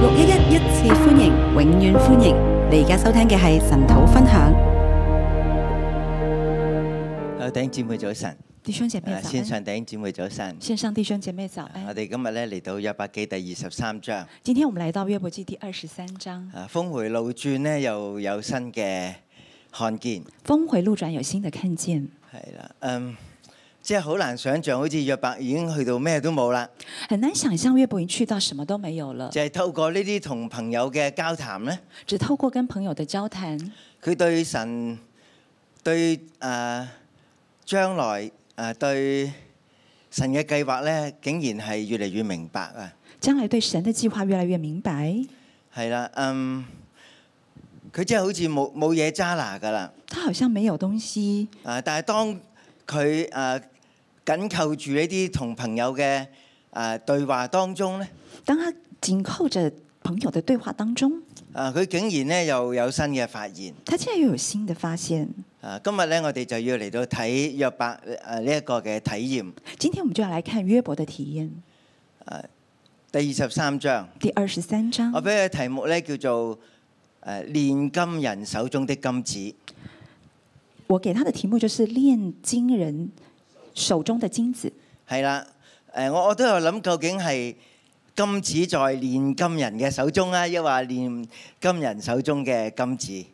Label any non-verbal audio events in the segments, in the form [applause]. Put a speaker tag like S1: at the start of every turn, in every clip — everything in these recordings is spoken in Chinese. S1: 六一一一次歡迎，永遠歡迎！你而家收聽嘅係神土分享。
S2: 啊，弟兄姊妹早晨，
S3: 弟兄姐
S2: 啊
S3: 妹早
S2: 線
S3: 安，
S2: 上弟兄姊妹早晨。
S3: 线上弟兄姐妹早
S2: 我
S3: 安。
S2: 哋今日咧嚟到約伯記第二十三章，Ờ,
S3: 今天我们来到约伯记第二十三章，
S2: 啊，峰回路轉咧又有新嘅看見，
S3: 峰回路转，有新的看見。
S2: 係啦，嗯，即係好難想象，好似約伯已經去到咩都冇啦，
S3: 很難想象约伯已經去到什麼都沒有了，
S2: 就係透過呢啲同朋友嘅交談咧，
S3: 只透過跟朋友的交談，
S2: 佢對神對誒、呃、將來誒、呃、對神嘅計劃咧，竟然係越嚟越明白啊！
S3: 將來對神的計劃越來越明白。
S2: 係啦，嗯，佢真係好似冇冇嘢揸拿㗎啦。
S3: 他好像沒有東西，
S2: 啊，但係當佢啊緊扣住呢啲同朋友嘅啊對話當中咧，
S3: 當他緊扣着朋友的對話當中，
S2: 啊佢竟然咧又有新嘅發現。
S3: 他竟然又有新的發現。
S2: 啊，今日咧我哋就要嚟到睇約伯啊呢一個嘅體驗，
S3: 今天我們就要來看約伯的體驗，
S2: 第二十三章，
S3: 第二十三章
S2: 我，俾佢題目咧叫做誒煉金人手中的金子。
S3: 我給他的題目就是煉金人手中的金子。
S2: 係啦，誒我我都有諗，究竟係金子在煉金人嘅手中啊，抑或煉金人手中嘅金子？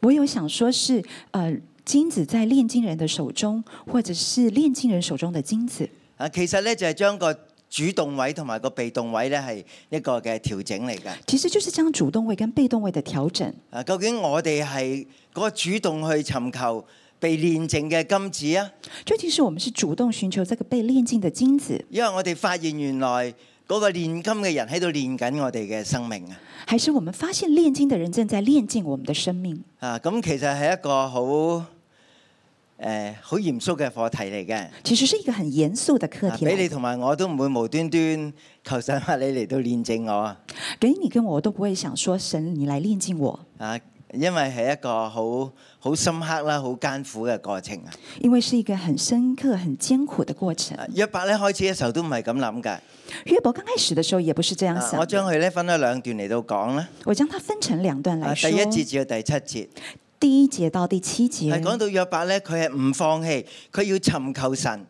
S3: 我有想說是，呃，金子在煉金人的手中，或者是煉金人手中的金子。
S2: 啊，其實咧就係將個主動位同埋個被動位咧係一個嘅調整嚟㗎。
S3: 其實就是將主動位跟被動位的調整。
S2: 啊，究竟我哋係嗰個主動去尋求被煉淨嘅金子啊？
S3: 究竟是我們是主動尋求這個被煉淨的金子，
S2: 因為我哋發現原來嗰個煉金嘅人喺度煉緊我哋嘅生命啊！
S3: 還是我們發現煉金的人正在煉淨我們的生命？
S2: 啊，咁其實係一個好誒好嚴肅嘅課題嚟嘅。
S3: 其實是一個很嚴肅的課
S2: 啊
S3: 題
S2: 俾你
S3: 來。
S2: 同埋我都唔會無端端求神話你嚟到煉淨我啊！
S3: 給你跟我都不會想說神，你來煉淨我，
S2: 啊，因為係一個好好深刻啦、好艱苦嘅過程啊！啊
S3: 因為是一個很深刻、很艱苦的過程。
S2: 約伯咧開始嘅時候都唔係咁諗㗎，
S3: 約伯剛開始的時候也不是這樣
S2: 啊
S3: 想的。
S2: 我將佢咧分咗兩段嚟到講啦。
S3: 我將它分成兩段
S2: 啊
S3: 來
S2: 第
S3: 說。
S2: 一節至到第七節
S3: 第一節到第七節，
S2: 係講到約伯咧，佢係唔放棄，佢要尋求神，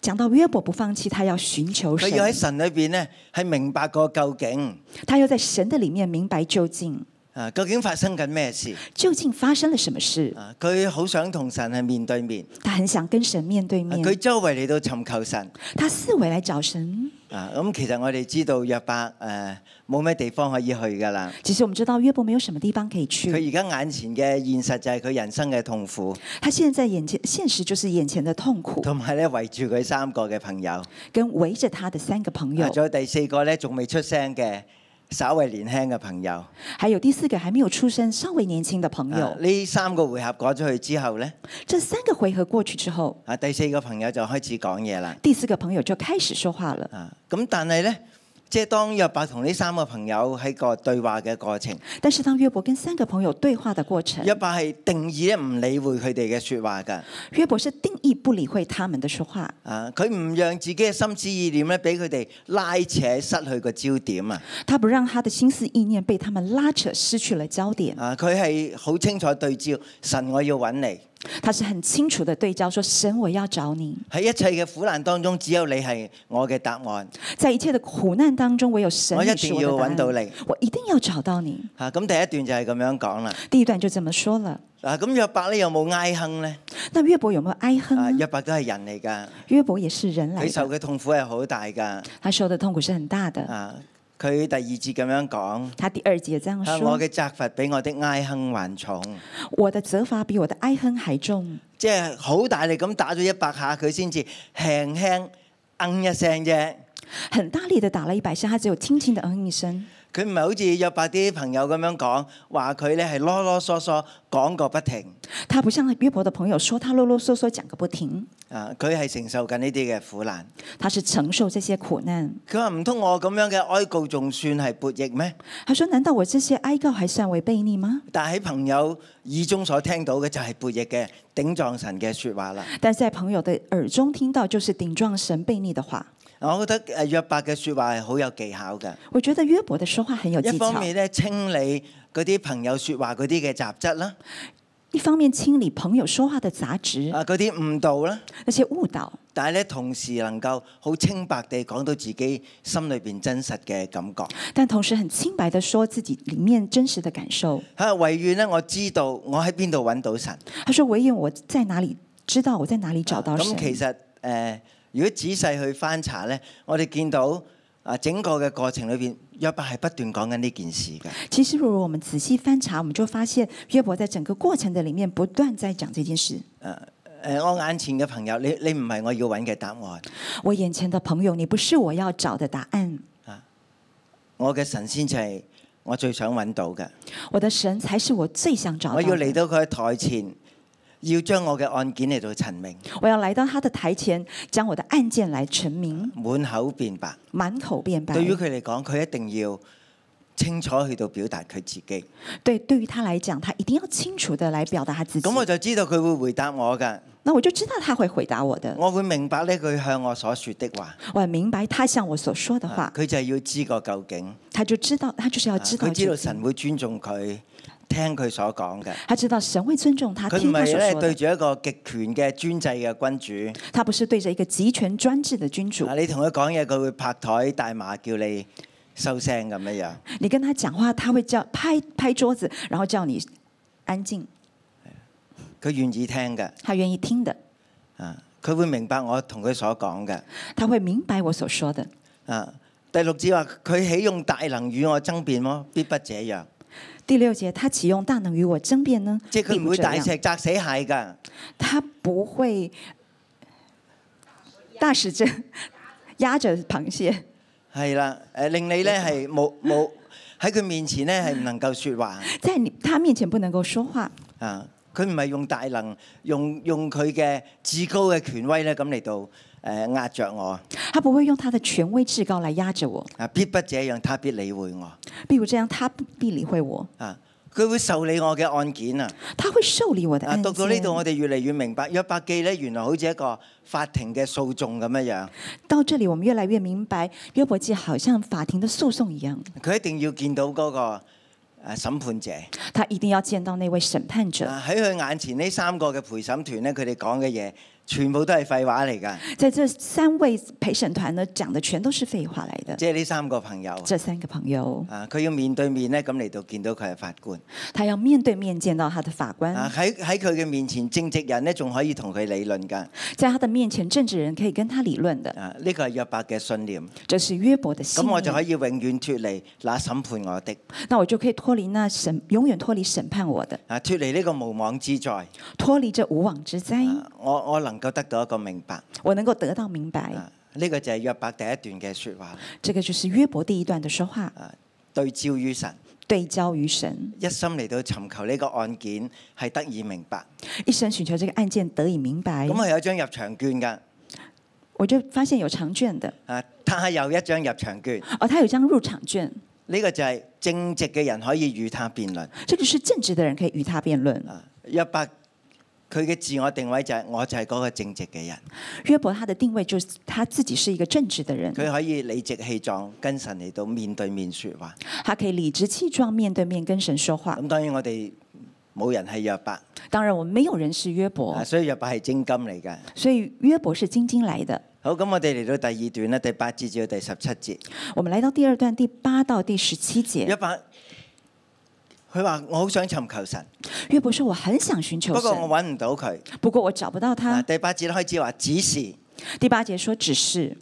S3: 講到約伯不放棄，他要尋求
S2: 佢
S3: 神，
S2: 要喺神裏邊咧係明白個究竟
S3: 他要在神的裡面明白究竟
S2: 啊，究竟發生緊咩事
S3: 究竟發生了什麼事。
S2: 啊？佢好想同神係面對面，
S3: 他很想跟神面對
S2: 啊
S3: 面，
S2: 佢周圍嚟到尋求神。
S3: 他四圍來找神。
S2: 啊，咁其實我哋知道約伯誒冇咩地方可以去㗎啦。
S3: 其實我們知道約伯沒有什麼地方可以去，
S2: 佢而家眼前嘅現實就係佢人生嘅痛苦，
S3: 他現在眼前現實就是眼前的痛苦，
S2: 同埋咧圍住佢三個嘅朋友，啊
S3: 跟圍着他的三個朋友，
S2: 仲有第四個咧仲未出聲嘅稍為年輕嘅朋友。
S3: 還有第四個還沒有出生、稍微年輕的朋
S2: 啊
S3: 友。
S2: 呢三個回合過咗去之後咧，
S3: 這三個回合過去之後，
S2: 啊第四個朋友就開始講嘢啦。
S3: 第四個朋友就開始說話了。
S2: 啊，咁但係咧，即係當約伯同呢三個朋友喺個對話嘅過程，
S3: 但是當約伯跟三個朋友對話的過程，
S2: 約伯係定義咧唔理會佢哋嘅説話㗎。
S3: 約伯是定義不理會他們的說話，
S2: 啊！佢唔讓自己嘅心思意念咧，俾佢哋拉扯，失去個焦點啊！
S3: 他不讓他的心思意念被他們拉扯，失去了焦點。
S2: 啊！佢係好清楚對照神，我要揾你
S3: 他是很清楚的對焦說：“神，我要找你，
S2: 喺一切嘅苦難當中，只有你係我嘅答案。
S3: 在一切的苦難當中，唯有神
S2: 我一
S3: 你是
S2: 定
S3: 我
S2: 要
S3: 的答
S2: 揾
S3: 案
S2: 到你。
S3: 我一定要找到你。
S2: 啊！咁第一段就係咁樣講啦。”
S3: 第一段就這麼說了。
S2: 嗱，咁約伯咧有冇哀哼咧？
S3: 那約伯有沒有哀
S2: 啊，
S3: 哼呢？
S2: 約伯都係人嚟㗎，
S3: 約伯也是人來
S2: 佢受
S3: 的，
S2: 嘅痛苦係好大㗎。
S3: 他受的痛苦是很大的。
S2: 啊，佢第二節咁樣講。
S3: 他第二節這樣
S2: 啊！
S3: 說：“
S2: 我嘅責罰比我的哀哼還重，
S3: 我的責罰比我的哀哼還重。
S2: 即係好大力咁打咗一百下，佢先至輕輕嗯一聲啫。”
S3: 很大力的打了一百下，他只有輕輕的嗯一聲。
S2: 佢唔係好似約伯啲朋友咁樣講，話佢咧係囉囉嗦嗦講個不停。
S3: 他不像約伯的朋友說他囉囉嗦嗦講個不停，
S2: 啊，佢係承受緊呢啲嘅苦難。
S3: 他是承受這些苦難。
S2: 佢話唔通我咁樣嘅哀告仲算係悖逆咩？
S3: 他說：“難道我這些哀告還算為悖逆嗎
S2: 但係喺朋友耳中所聽到嘅就係悖逆嘅頂撞神嘅説話啦。？”
S3: 但是在朋友的耳中聽到就是頂撞神悖逆的話。
S2: 嗱，我覺得誒約伯嘅説話係好有技巧嘅。
S3: 我觉得约伯的说话很有技
S2: 一
S3: 巧
S2: 方，面咧清理嗰啲朋友説話嗰啲嘅雜質啦，
S3: 一方面清理朋友说话的杂质，
S2: 啊嗰啲誤導啦，
S3: 那些误导，
S2: 但係咧同時能夠好清白地講到自己心裏邊真實嘅感覺。
S3: 但同时很清白的说自己里面真实的感受。
S2: 嚇，啊唯願咧我知道我喺邊度揾到神。
S3: 他说：“唯有我在哪里知道我在哪里找到神
S2: 咁。其實誒、呃如果仔細去翻查咧，我哋見到啊整個嘅過程裏邊，約伯係不斷講緊呢件事嘅。
S3: 其实，如果我们仔细翻查，我们就发现约伯在整个过程的里面不断在讲这件事。
S2: 誒、呃我眼前嘅朋友，你你唔係我要揾嘅答案，
S3: 我眼前的朋友，你不是我要找的答案，
S2: 我嘅神先就係我最想揾到嘅。
S3: 我的神才是我最想找到
S2: 我
S3: 的。
S2: 要嚟到佢嘅台前，要將我嘅案件嚟到陳明，
S3: 我要来到他的台前，將我的案件来陈明，
S2: 滿口辯白。
S3: 满口辩白。
S2: 對於佢嚟講，佢一定要清楚去到表達佢自己。
S3: 对，对于他来讲，他一定要清楚的来表达他自己
S2: 咁。我就知道佢會回答我㗎，
S3: 那我就知道他会回答我的，
S2: 我會明白呢，佢向我所說的話，啊
S3: 我很明白他向我所说的话，
S2: 佢就係要知個究竟。啊
S3: 他就知道，他就是要知道
S2: 佢知道
S3: 究竟
S2: 神會尊重佢，聽佢所講嘅。
S3: 他知道神会尊重他，
S2: 佢唔
S3: 听他
S2: 係
S3: 啊所
S2: 咧
S3: 说
S2: 對
S3: 的。
S2: 住一個極權嘅專制嘅君主，
S3: 他不是对着一个集权专制的君主
S2: 啊，你同佢講嘢，佢會拍台大罵，叫你收聲咁樣樣。
S3: 你跟他讲话，他会叫拍拍桌子，然后叫你安静。
S2: 佢願意聽嘅，
S3: 他愿意听的，
S2: 啊，佢會明白我同佢所講嘅。
S3: 他会明白我所说的。
S2: 啊，第六節話佢喜用大能與我爭辯麼？必不這樣，
S3: 第六节，他岂用大能与我争辩呢？
S2: 即係
S3: 必
S2: 佢唔
S3: 不
S2: 會
S3: 这
S2: 大
S3: 样
S2: 石砸死蟹㗎。
S3: 他不会大使这压着螃蟹，
S2: 係啦，誒令你咧係冇冇喺佢面前咧係唔能夠説話。
S3: 在你他面前不能够说话。
S2: 啊，佢唔係用大能，用用佢嘅至高嘅權威咧，咁嚟到誒壓着我。
S3: 他不会用他的权威至高来压着我，
S2: 啊，必不這樣，他必理會我。
S3: 比如这样，他必理会我，
S2: 啊，佢會受理我嘅案件啊。
S3: 他会受理我的
S2: 啊，
S3: 案
S2: 讀
S3: 件。
S2: 到呢度，我哋越嚟越明白約伯記咧，原來好似一個法庭嘅訴訟咁樣樣。
S3: 到这里，我们越来越明白，约伯记好像法庭的诉讼一样，
S2: 佢一定要見到嗰個誒審判者。
S3: 他一定要见到那位审判者。
S2: 啊喺佢眼前呢三個嘅陪審團咧，佢哋講嘅嘢全部都係廢話嚟㗎，
S3: 在这三位陪审团呢，讲的全都是废话来的。
S2: 即係呢三個朋友。
S3: 这三个朋友，
S2: 啊！佢要面對面咧，咁嚟到見到佢係法官。
S3: 他要面对面见到他的法官。
S2: 啊！喺喺佢嘅面前，正直人咧仲可以同佢理論㗎。
S3: 在他的面前，政治人可以跟他理论的，
S2: 啊！呢個係約伯嘅信念，
S3: 这是约伯的信
S2: 咁我就可
S3: 念。
S2: 以永遠脱離那審判我的，
S3: 那我就可以脱离那审，永远脱离审判我的，
S2: 啊脱離呢個無妄之災。
S3: 脱离这无妄之灾，
S2: 啊我我能夠得到一個明白。
S3: 我能够得到明白。
S2: 啊！呢個就係約伯第一段嘅説話。
S3: 这个就是约伯第一段的说话，
S2: 啊！對照於神，
S3: 对焦于神，
S2: 一心嚟到尋求呢個案件係得以明白。
S3: 一生寻求这个案件得以明白
S2: 咁。我啊有一張入場券㗎。
S3: 我就发现有长卷的，
S2: 啊！他有一張入場券，
S3: 哦，他有一张入场卷，
S2: 呢、個就係正直嘅人可以與他辯論。
S3: 这个是正直的人可以与他辩论。
S2: 啊！約伯佢嘅自我定位就係我就係嗰個正直嘅人。
S3: 约伯他的定位就是他自己是一个正直的人，
S2: 佢可以理直氣壯跟神嚟到面對面説話。
S3: 他可以理直气壮面对面跟神说话。
S2: 咁當然我哋冇人係約伯，
S3: 当然，我们没有人是约伯
S2: 啊，所以約伯係精金嚟嘅。
S3: 所以约伯是晶晶来的。
S2: 好，咁我哋嚟到第二段咧，第八節至到第十七節，
S3: 我们来到第二段第八到第十七节
S2: 約，伯佢話：我好想尋求神，
S3: 约伯说：“我很想寻求
S2: 不過我
S3: 神，
S2: 揾唔到佢。
S3: 不過我找不到
S2: 啊，
S3: 他。
S2: 第八節開始話只是
S3: 第八节说：“只是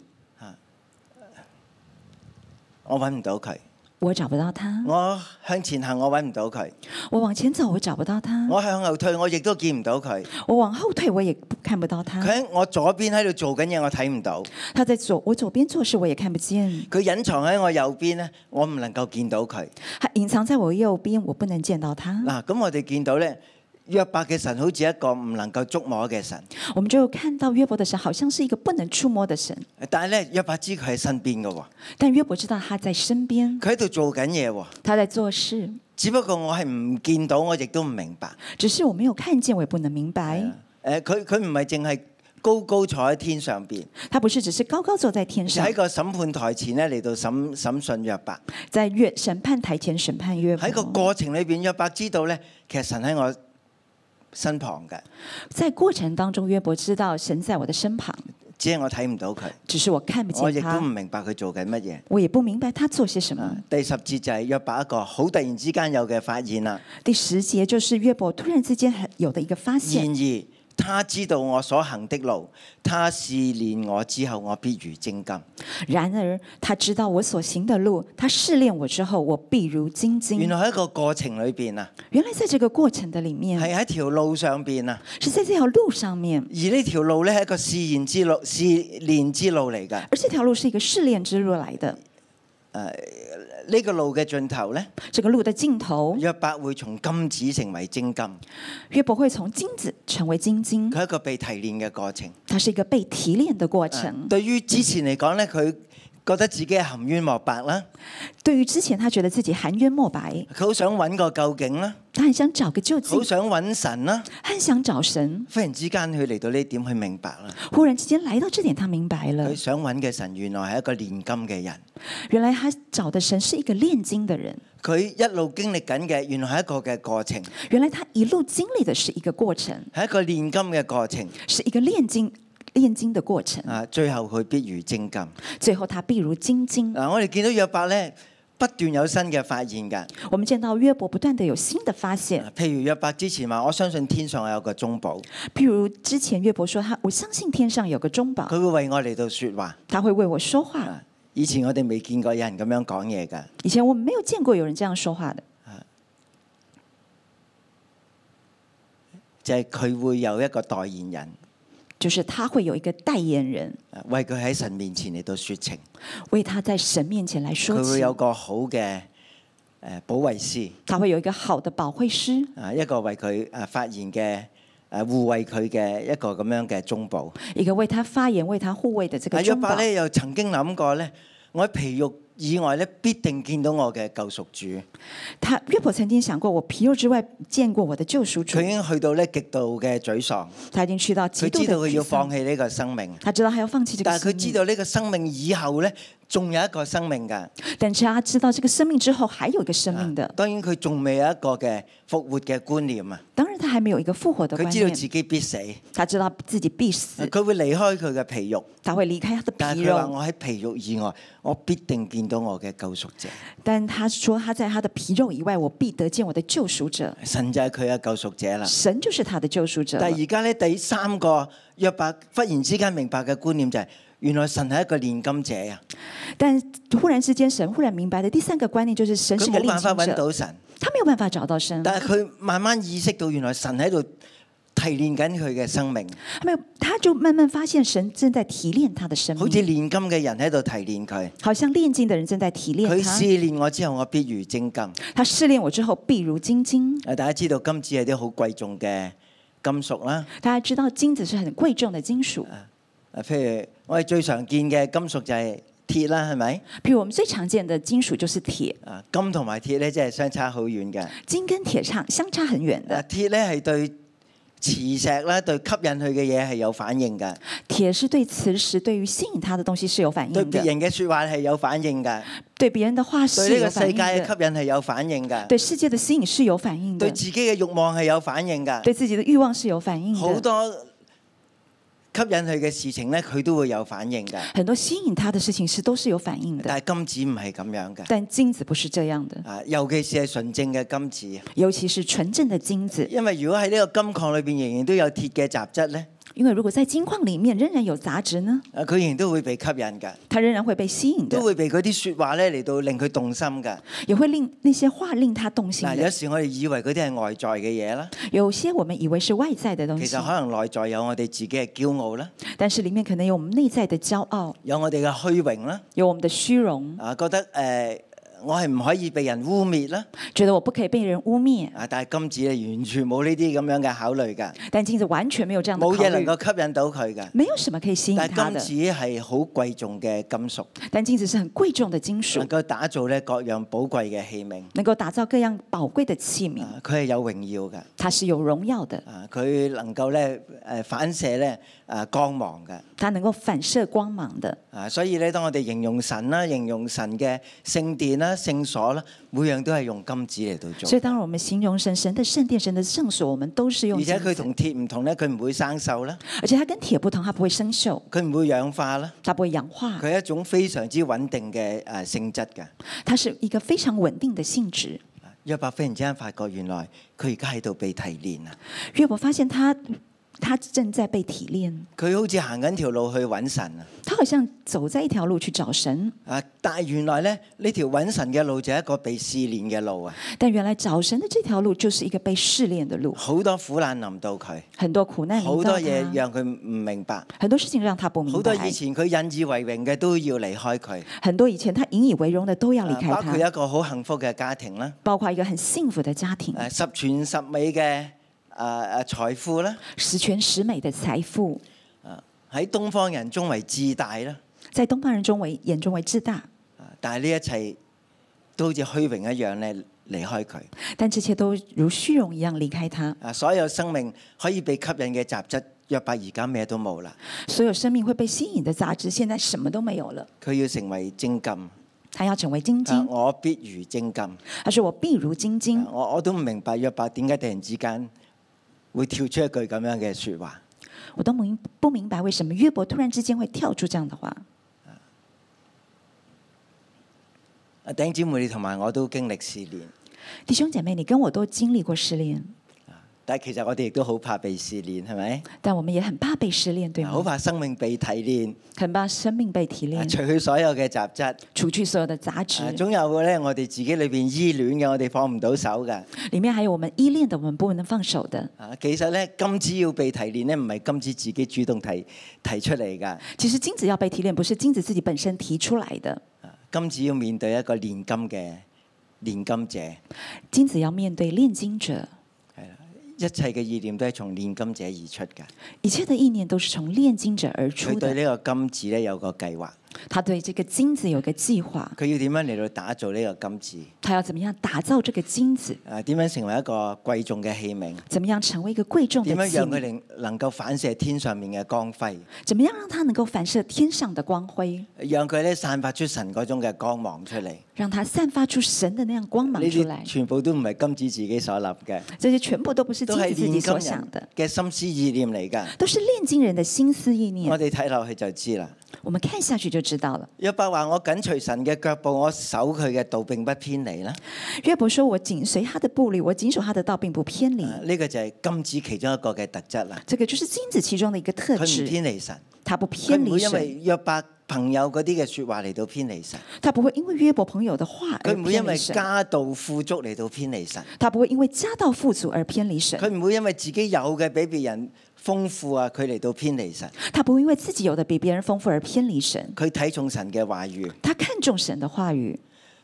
S2: 我揾唔到佢，
S3: 我找不到他，
S2: 我向前行我揾唔到佢，
S3: 我往前走我找不到他，
S2: 我向後退我亦都見唔到佢。
S3: 我往後退我也看不到
S2: 佢
S3: 他。
S2: 喺我左邊喺度做緊嘢，我睇唔到；
S3: 他在左我左邊做事我也看不見，
S2: 佢隱藏喺我右邊咧，我唔能夠見到佢。
S3: 他隱藏在我右邊，我不能見到他。
S2: 嗱，咁我哋見到咧，約伯嘅神好似一個唔能夠觸摸嘅神，
S3: 我們就看到約伯的神好像是一個不能觸摸的神，
S2: 但係咧約伯知佢喺身邊嘅喎，
S3: 但約伯知道他在身邊，
S2: 佢喺度做緊嘢喎。
S3: 他在做事，
S2: 只不過我係唔見到，我亦都唔明白。
S3: 只是我沒有看見，我也不能明白。
S2: 誒，佢佢唔係淨係高高坐喺天上邊，
S3: 他不是只是高高坐在天
S2: 就
S3: 上
S2: 喺，個審判台前咧嚟到審審訊約伯。
S3: 在月审判台前审判约伯
S2: 喺個過程裏邊，約伯知道咧，其實神喺我身旁嘅，
S3: 在过程当中，约伯知道神在我的身旁，
S2: 只係我睇唔到佢，
S3: 只是我看不
S2: 我亦
S3: 见
S2: 都唔
S3: 他，
S2: 哦明白佢做緊乜嘢。
S3: 我也不明白他做些什
S2: 啊
S3: 么。
S2: 第十節就係約伯一個好突然之間有嘅發現啦。
S3: 第十节就是约伯突然之间很有的一个发
S2: 然
S3: 现，
S2: 而他知道我所行的路，他試煉我之後，我必如精金。
S3: 然而他知道我所行的路，他试炼我之后，我必如金金。
S2: 原來喺一個過程裏邊啊，
S3: 原来在这个过程的里面，
S2: 係喺條路上邊啊。
S3: 是在这条路上面，
S2: 而呢條路咧係一個試驗之路、試煉之路嚟㗎。
S3: 而这条路是一个试炼之路来的。
S2: 呢、個路嘅盡頭咧，
S3: 这个路的尽头，
S2: 約伯會從金子成為精金，
S3: 约伯会从金子成为金金，
S2: 佢係一個被提煉嘅過程。
S3: 它是一个被提炼的过
S2: 啊
S3: 程。
S2: 對於之前嚟講咧，佢覺得自己係含冤莫白啦，
S3: 对于之前他觉得自己含冤莫白，
S2: 佢好想揾個究竟啦，
S3: 他很想找个究竟
S2: 好，想揾神啦。
S3: 很想找神。
S2: 忽然之間，佢嚟到呢點，佢明白啦。
S3: 忽然之间来到這點，他明白了
S2: 佢，想揾嘅神原來係一個煉金嘅人，
S3: 原來他找的神是一個炼金的人，
S2: 佢一路經歷緊嘅原來係一個嘅過程，
S3: 原來他一路經歷的是一個過程，
S2: 係一個煉金嘅過程。
S3: 是一個炼金炼金的過程，
S2: 啊，最後佢必如精金。啊
S3: 最後他必如金金。
S2: 嗱，我哋見到約伯咧不斷有新嘅發現㗎。啊
S3: 我們見到約伯不斷的有新的發現，
S2: 譬如約伯之前話：我相信天上有個中保，
S3: 譬如之前約伯說他，我相信天上有個中保
S2: 佢，會為我嚟到説話。
S3: 他會為我說話
S2: 啊。以前我哋未見過有人咁樣講嘢㗎。
S3: 以前我們沒有見過有人這樣說話的，
S2: 就係佢會有一個代言人，
S3: 就是他會有一個代言人，
S2: 啊為佢喺神面前嚟到説情，
S3: 為他在神面前來說
S2: 佢會有
S3: 情，
S2: 個好嘅誒保惠師，
S3: 他會有一個好的保惠師，
S2: 啊一個為佢誒發言嘅誒護衛佢嘅一個咁樣嘅中保。
S3: 一個為他發言、為他護衛的這
S2: 阿
S3: 個
S2: 約
S3: 中
S2: 伯
S3: 保。
S2: 咧又曾經諗過咧，我喺皮肉以外咧必定見到我嘅救贖主，
S3: 他约伯曾经想过，我皮肉之外见過我的救赎主
S2: 佢已，經去到咧極度嘅沮喪，
S3: 他已經去到極
S2: 佢
S3: 度
S2: 知
S3: 的
S2: 道佢要
S3: 沮
S2: 放
S3: 喪，
S2: 棄呢個生命。
S3: 他知道他要放棄這個
S2: 但係
S3: 生
S2: 佢知
S3: 命，
S2: 道呢個生命以後咧，仲有一個生命㗎。
S3: 但是他知道這個生命之後還有一個生命的。
S2: 當然佢仲未有一個嘅復活嘅觀念啊。
S3: 當然，他還沒有一個復活的觀
S2: 佢知道
S3: 念，
S2: 自己必死，
S3: 他知道自己必死，
S2: 佢會離開佢嘅皮肉，
S3: 他會離開他的
S2: 但
S3: 皮
S2: 係佢話
S3: 肉。
S2: 我喺皮肉以外，我必定見到我嘅救贖者。
S3: 但他說他在他的皮肉以外，我必得見我的救赎者。
S2: 神就係佢嘅救贖者啦。
S3: 神就是他的救赎者了。
S2: 啊但係而家咧，第三個約伯忽然之間明白嘅觀念就係、原來神係一個煉金者啊！
S3: 但忽然之間，神忽然明白的第三個觀念就是，神
S2: 佢
S3: 是個
S2: 冇
S3: 炼
S2: 辦法
S3: 金
S2: 揾
S3: 者，嗯
S2: 到神，
S3: 他沒有辦法找到神，
S2: 但係佢慢慢意識到原來神喺度提煉緊佢嘅生命，
S3: 他沒有，他就慢慢發現神正在提煉他的生
S2: 好
S3: 命
S2: 似。煉金嘅人喺度提煉佢。
S3: 好像炼金的人正在提炼
S2: 佢
S3: 他。
S2: 試煉我之後，我必如精金。
S3: 他试炼我之后，必如金金。
S2: 誒，大家知道金子係啲好貴重嘅金屬啦。
S3: 大家知道，金子是很貴重的金屬。
S2: 啊，譬如我哋最常見嘅金屬就係鐵啦，係咪？
S3: 譬如我們最常見的金屬就是鐵，
S2: 啊，金同埋鐵咧，真係相差好遠嘅。
S3: 金跟鐵差相差很遠
S2: 啊，
S3: 的。
S2: 鐵咧係對磁石啦，對吸引佢嘅嘢係有反應嘅，
S3: 鐵是對磁石對於吸引他的東西是有反
S2: 對
S3: 應
S2: 別
S3: 的，
S2: 人嘅説話係有反應嘅，
S3: 嗯對別人的話是
S2: 對呢
S3: 有
S2: 個世
S3: 反
S2: 界
S3: 應
S2: 嘅吸
S3: 的，
S2: 引係有反應嘅，
S3: 對世界的吸引是有反應
S2: 對
S3: 的，
S2: 自己嘅慾望係有反應嘅，
S3: 對自己的欲望是有反應
S2: 好
S3: 的。
S2: 多吸引佢嘅事情咧，佢都會有反應嘅。
S3: 很多吸引他的事情是都是有反應的，
S2: 但係金子唔係咁樣嘅，
S3: 但金子不是這樣的，
S2: 啊，尤其是係純正嘅金子，
S3: 尤其是純正的金子，
S2: 因為如果喺呢個金礦裏邊仍然都有鐵嘅雜質咧。
S3: 因為如果在金礦裡面仍然有雜質呢，
S2: 啊，佢仍然都會被吸引㗎，
S3: 它仍然會被吸引的
S2: 都。會被嗰啲説話咧嚟到令佢動心㗎。
S3: 也會令那些話令他動心
S2: 嗱，有
S3: 的。
S2: 時我哋以為嗰啲係外在嘅嘢啦，
S3: 有些我們以為是外在的東
S2: 其
S3: 西
S2: 實，可能內在有我哋自己嘅驕傲啦，
S3: 但是裡面可能有我們內在的驕傲，
S2: 有我哋嘅虛榮啦，
S3: 有我們的虛榮，
S2: 啊，覺得誒、呃我係唔可以被人污蔑啦。
S3: 觉得我不可以被人污蔑，
S2: 啊，但係金子係完全冇呢啲咁樣嘅考慮㗎，
S3: 但镜子完全没有这样的
S2: 冇
S3: 考
S2: 嘢能
S3: 虑，
S2: 夠吸引到佢㗎。
S3: 没有什么可以吸引
S2: 但
S3: 他
S2: 係
S3: 的。
S2: 金子係好貴重嘅金屬，
S3: 但镜子是很贵重的金属
S2: 能，夠打造咧各樣寶貴嘅器皿。
S3: 能够打造各样宝贵的器皿，
S2: 啊佢係有榮耀㗎，
S3: 它是有荣耀的，
S2: 啊，佢能夠咧誒反射咧誒光芒㗎。
S3: 它能够反射光芒的。
S2: 啊，所以咧，當我哋形容神啦、形容神嘅聖殿啦、聖所啦，每樣都係用金子嚟到
S3: 所
S2: 做
S3: 以，。当我们形容神、神的圣殿、神的圣所，我们都是用
S2: 而且
S3: 金
S2: 佢
S3: 子。
S2: 同鐵唔同咧，佢唔會生鏽啦，
S3: 而且它跟铁不同，它不会生锈，
S2: 佢唔會氧化啦，
S3: 它不会氧化，
S2: 佢係一種非常之穩定嘅誒性質㗎。
S3: 它是一个非常穩定的性质。
S2: 約伯忽然之間發覺，原來佢而家喺度被提煉啊！
S3: 约伯发现他，他正在被提炼，
S2: 佢好似行緊條路去揾神啊！
S3: 他好像走在一条路去找神，
S2: 啊，但係原來咧，呢條揾神嘅路就係一個被試煉嘅路啊！
S3: 但原来找神的这条路就是一个被试炼的路，
S2: 好多苦難臨到佢，
S3: 很多苦难临
S2: 好
S3: 到
S2: 多嘢
S3: 他，
S2: 讓佢唔明白，
S3: 很多事情让他不
S2: 好
S3: 明
S2: 多
S3: 白，
S2: 以前佢引以為榮嘅都要離開佢。
S3: 很多以前他引以为荣的都要离
S2: 啊
S3: 开
S2: 包括
S3: 他，
S2: 一個好幸福嘅家庭啦，
S3: 包括一个很幸福的家庭，
S2: 誒十全十美嘅誒誒財富啦，
S3: 十全十美的财富，
S2: 喺東方人中為至大啦。
S3: 在东方人中为眼中为至大，
S2: 啊但係呢一切都好似虛榮一樣咧，離開佢。
S3: 但这些都如虚荣一样离开他，
S2: 啊，所有生命可以被吸引嘅雜質，約伯而家咩都冇啦。
S3: 所有生命会被吸引的杂质，现在什么都没有了，
S2: 佢要成為精金，
S3: 他要成为金
S2: 啊
S3: 晶，
S2: 我必如精金。啊
S3: 他说我必如金晶。
S2: 我我都唔明白約伯點解突然之間會跳出一句咁樣嘅説話。
S3: 我都明不明白为什么约伯突然之间会跳出这样的话。
S2: 啊，頂姊妹你同埋我都經歷試煉，
S3: 弟兄姐妹，你跟我都經歷過失戀，
S2: 但係其實我哋亦都好怕被試煉，係咪？
S3: 但我们也很怕被失戀，对
S2: 好
S3: 吗？
S2: 怕生命被提煉，
S3: 很怕生命被提
S2: 啊
S3: 煉，
S2: 除去所有嘅雜質。
S3: 除去所有的雜
S2: 啊
S3: 質，
S2: 總有嘅咧，我哋自己裏邊依戀嘅，我哋放唔到手嘅。
S3: 里面還有我們依戀的，我們不能放手的。
S2: 啊，其實咧，金子要被提煉咧，唔係金子自己主動提提出嚟㗎。
S3: 其實金子要被提煉，不是金子自己本身提出來的，
S2: 啊金子要面對一個煉金嘅煉金者，
S3: 金子要面對煉金者，
S2: 一切嘅意念都係從煉金者而出㗎。
S3: 一切的意念都是從煉金者而出
S2: 佢對
S3: 的。
S2: 呢個金子咧有個計劃，
S3: 他對這個金子有個計劃，
S2: 佢要點樣嚟到打造呢個金子？
S3: 他要怎麼樣打造這個金子，
S2: 啊，點樣成為一個貴重嘅器皿？
S3: 怎麼樣成為一個貴重的
S2: 點樣
S3: 器
S2: 讓佢
S3: 皿，
S2: 能能夠反射天上面嘅光輝？
S3: 怎麼樣讓它能夠反射天上的光輝。
S2: 讓佢咧散發出神嗰種嘅光芒出嚟。呢
S3: 让它散發出神的那樣光芒出來
S2: 啲。全部都唔係金子自己所立嘅，
S3: 这些全部都不是金
S2: 都
S3: 子
S2: 係
S3: 自
S2: 煉
S3: 己所
S2: 金
S3: 想
S2: 人
S3: 的，
S2: 嘅心思意念嚟㗎。
S3: 都是炼金人的心思意
S2: 我
S3: 念。
S2: 哋睇落去就知啦。
S3: 我們看下去就知道了。
S2: 約伯話：我緊隨神嘅腳步，我守佢嘅道並不偏離啦。
S3: 約伯說：“我緊隨他的步履，我緊守他的道，並不偏
S2: 啊
S3: 離。
S2: 呢、個就係金子其中一個嘅特質啦。”
S3: 这個就是金子其中的一個特
S2: 佢唔
S3: 質，
S2: 偏離神，
S3: 他不
S2: 佢
S3: 偏
S2: 唔
S3: 離
S2: 會因為
S3: 神，
S2: 約伯朋友嗰啲嘅説話嚟到偏離神，
S3: 他不會因為約伯朋友的話而
S2: 佢唔會因
S3: 偏離
S2: 為
S3: 神，
S2: 家道富足嚟到偏離神，
S3: 他不會因為家道富足而偏離
S2: 佢
S3: 神，
S2: 唔會因為自己有嘅比別人豐富啊，佢嚟到偏離神。
S3: 他不會因為自己有的比別人豐富而偏離神。
S2: 佢睇重神嘅話語，
S3: 他看重神的話語，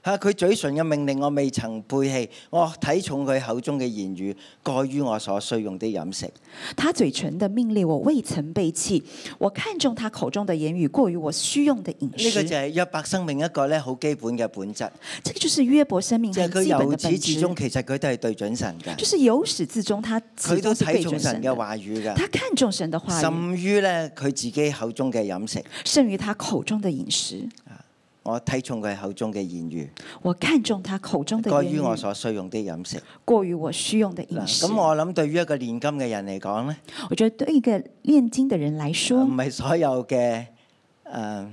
S2: 嚇佢嘴唇嘅命令我未曾背棄，我睇重佢口中嘅言語，過於我所需用的飲食。
S3: 他嘴唇的命令我未曾背棄，我看重他口中的言語過於我需用的飲
S2: 呢個
S3: 食。
S2: 就係約伯生命一個咧好基本嘅本質，
S3: 这个就是约伯生命
S2: 就係
S3: 很
S2: 佢
S3: 基本
S2: 由
S3: 的本
S2: 始至
S3: 質
S2: 終，其實佢都係對準神
S3: 就
S2: 嘅，
S3: 是由始至終他始
S2: 佢都
S3: 終是
S2: 睇
S3: 對
S2: 重
S3: 準
S2: 神
S3: 神
S2: 嘅
S3: 的，
S2: 話語嘅，
S3: 他看重神的話語，
S2: 甚於咧佢自己口中嘅飲食，
S3: 勝於他口中的飲食。
S2: 我睇重佢口中嘅言
S3: 我看重他口中
S2: 語，
S3: 的
S2: 過
S3: 言
S2: 於我
S3: 語，
S2: 所需用的飲食。
S3: 過於我需用的飲
S2: 嗱，
S3: 食。
S2: 咁我諗對於一個練金嘅人嚟講咧，
S3: 我覺得對一個念經的人來說，
S2: 唔係所有嘅誒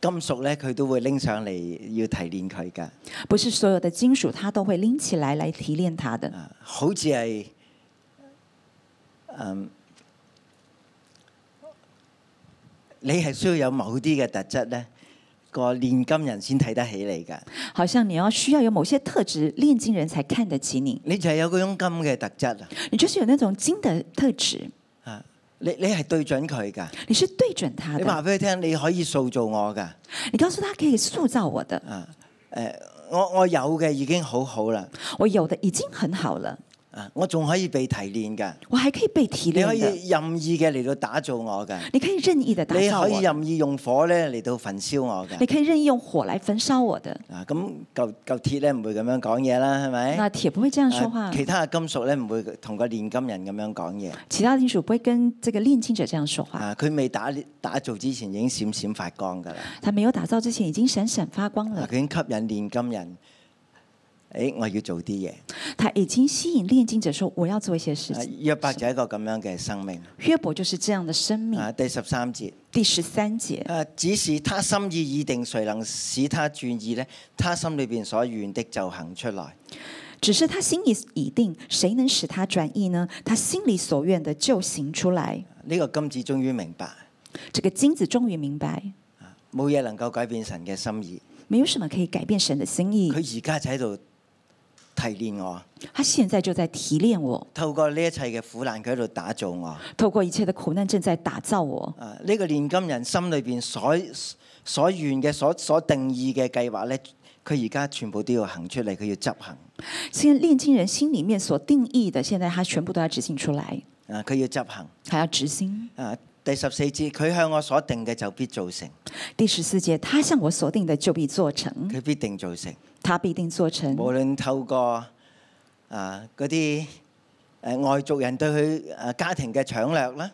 S2: 金屬咧，佢都會拎上嚟要提煉佢㗎。
S3: 不是所有的金屬他都會拎起來來提煉他的，
S2: 啊，好似係嗯，你係需要有某啲嘅特質咧，個煉金人先睇得起你㗎。
S3: 好像你要需要有某些特質，念經人才看得起你。
S2: à. 你就係有嗰種金嘅特質啊！
S3: 你就是有那種金的特質，
S2: 啊，你你係對準佢㗎，
S3: 你是对准他
S2: 你話
S3: 的，
S2: 俾佢聽，你可以塑造我㗎。
S3: 你告诉他可以塑造我的，
S2: 啊，誒、我我有嘅已經好好啦，
S3: 我有的已经很好了，
S2: 啊，我仲可以被提煉㗎，
S3: 我还可以被提
S2: 你可
S3: 炼的，
S2: 以任意嘅嚟到打造我㗎，
S3: 你可以任意的打
S2: 你
S3: 造
S2: 可
S3: 我
S2: 以
S3: 的，
S2: 任意用火咧嚟到焚燒我
S3: 你
S2: 㗎。
S3: 可以任意用火来焚烧我的。
S2: 啊，咁嚿嚿鐵咧唔會咁樣講嘢啦，係咪？
S3: 那铁不会这样说
S2: 啊
S3: 话，
S2: 其他嘅金屬咧唔會同個煉金人咁樣講嘢。
S3: 其他金属不会跟这个炼金者这样说话。
S2: 啊，佢未打打造之前已經閃閃發光㗎啦，
S3: 他没有打造之前已经闪闪发光
S2: 啊
S3: 了，
S2: 佢已經吸引煉金人。誒，我要做啲嘢。
S3: 他已经吸引炼金者说我要做一些事
S2: 啊
S3: 情。
S2: 約伯就係一個咁樣嘅生命。
S3: 约伯就是这样的生命。
S2: 啊，第十三節。
S3: 第十三节，
S2: 啊，只是他心意已定，誰能使他轉意呢？他心裏邊所願的就行出來。
S3: 只是他心意已定，谁能使他转意呢？他心里所愿的就行出来。
S2: 呢、個金子終於明白，
S3: 这个金子终于明白，
S2: 冇嘢能夠改變神嘅心意。
S3: 没有什么可以改变神的心意。
S2: 佢而家就喺度提煉我，
S3: 他现在就在提炼我，
S2: 透過呢一切嘅苦難，佢喺度打造我。
S3: 透过一切的苦难正在打造我。
S2: 啊，呢、個煉金人心裏邊所所願嘅、所所定義嘅計劃呢，佢而家全部都要行出嚟，佢要執行。
S3: 现在炼金人心里面所定义的，现在他全部都要执行出来，
S2: 啊，佢要執行。
S3: 还要执行。
S2: 啊，第十四節，佢向我所定嘅就必做成，
S3: 第十四节，他向我所定的就必做成，
S2: 佢必定做成。
S3: 他必定做成。
S2: 無論透過啊嗰啲誒外族人對佢誒家庭嘅搶掠啦，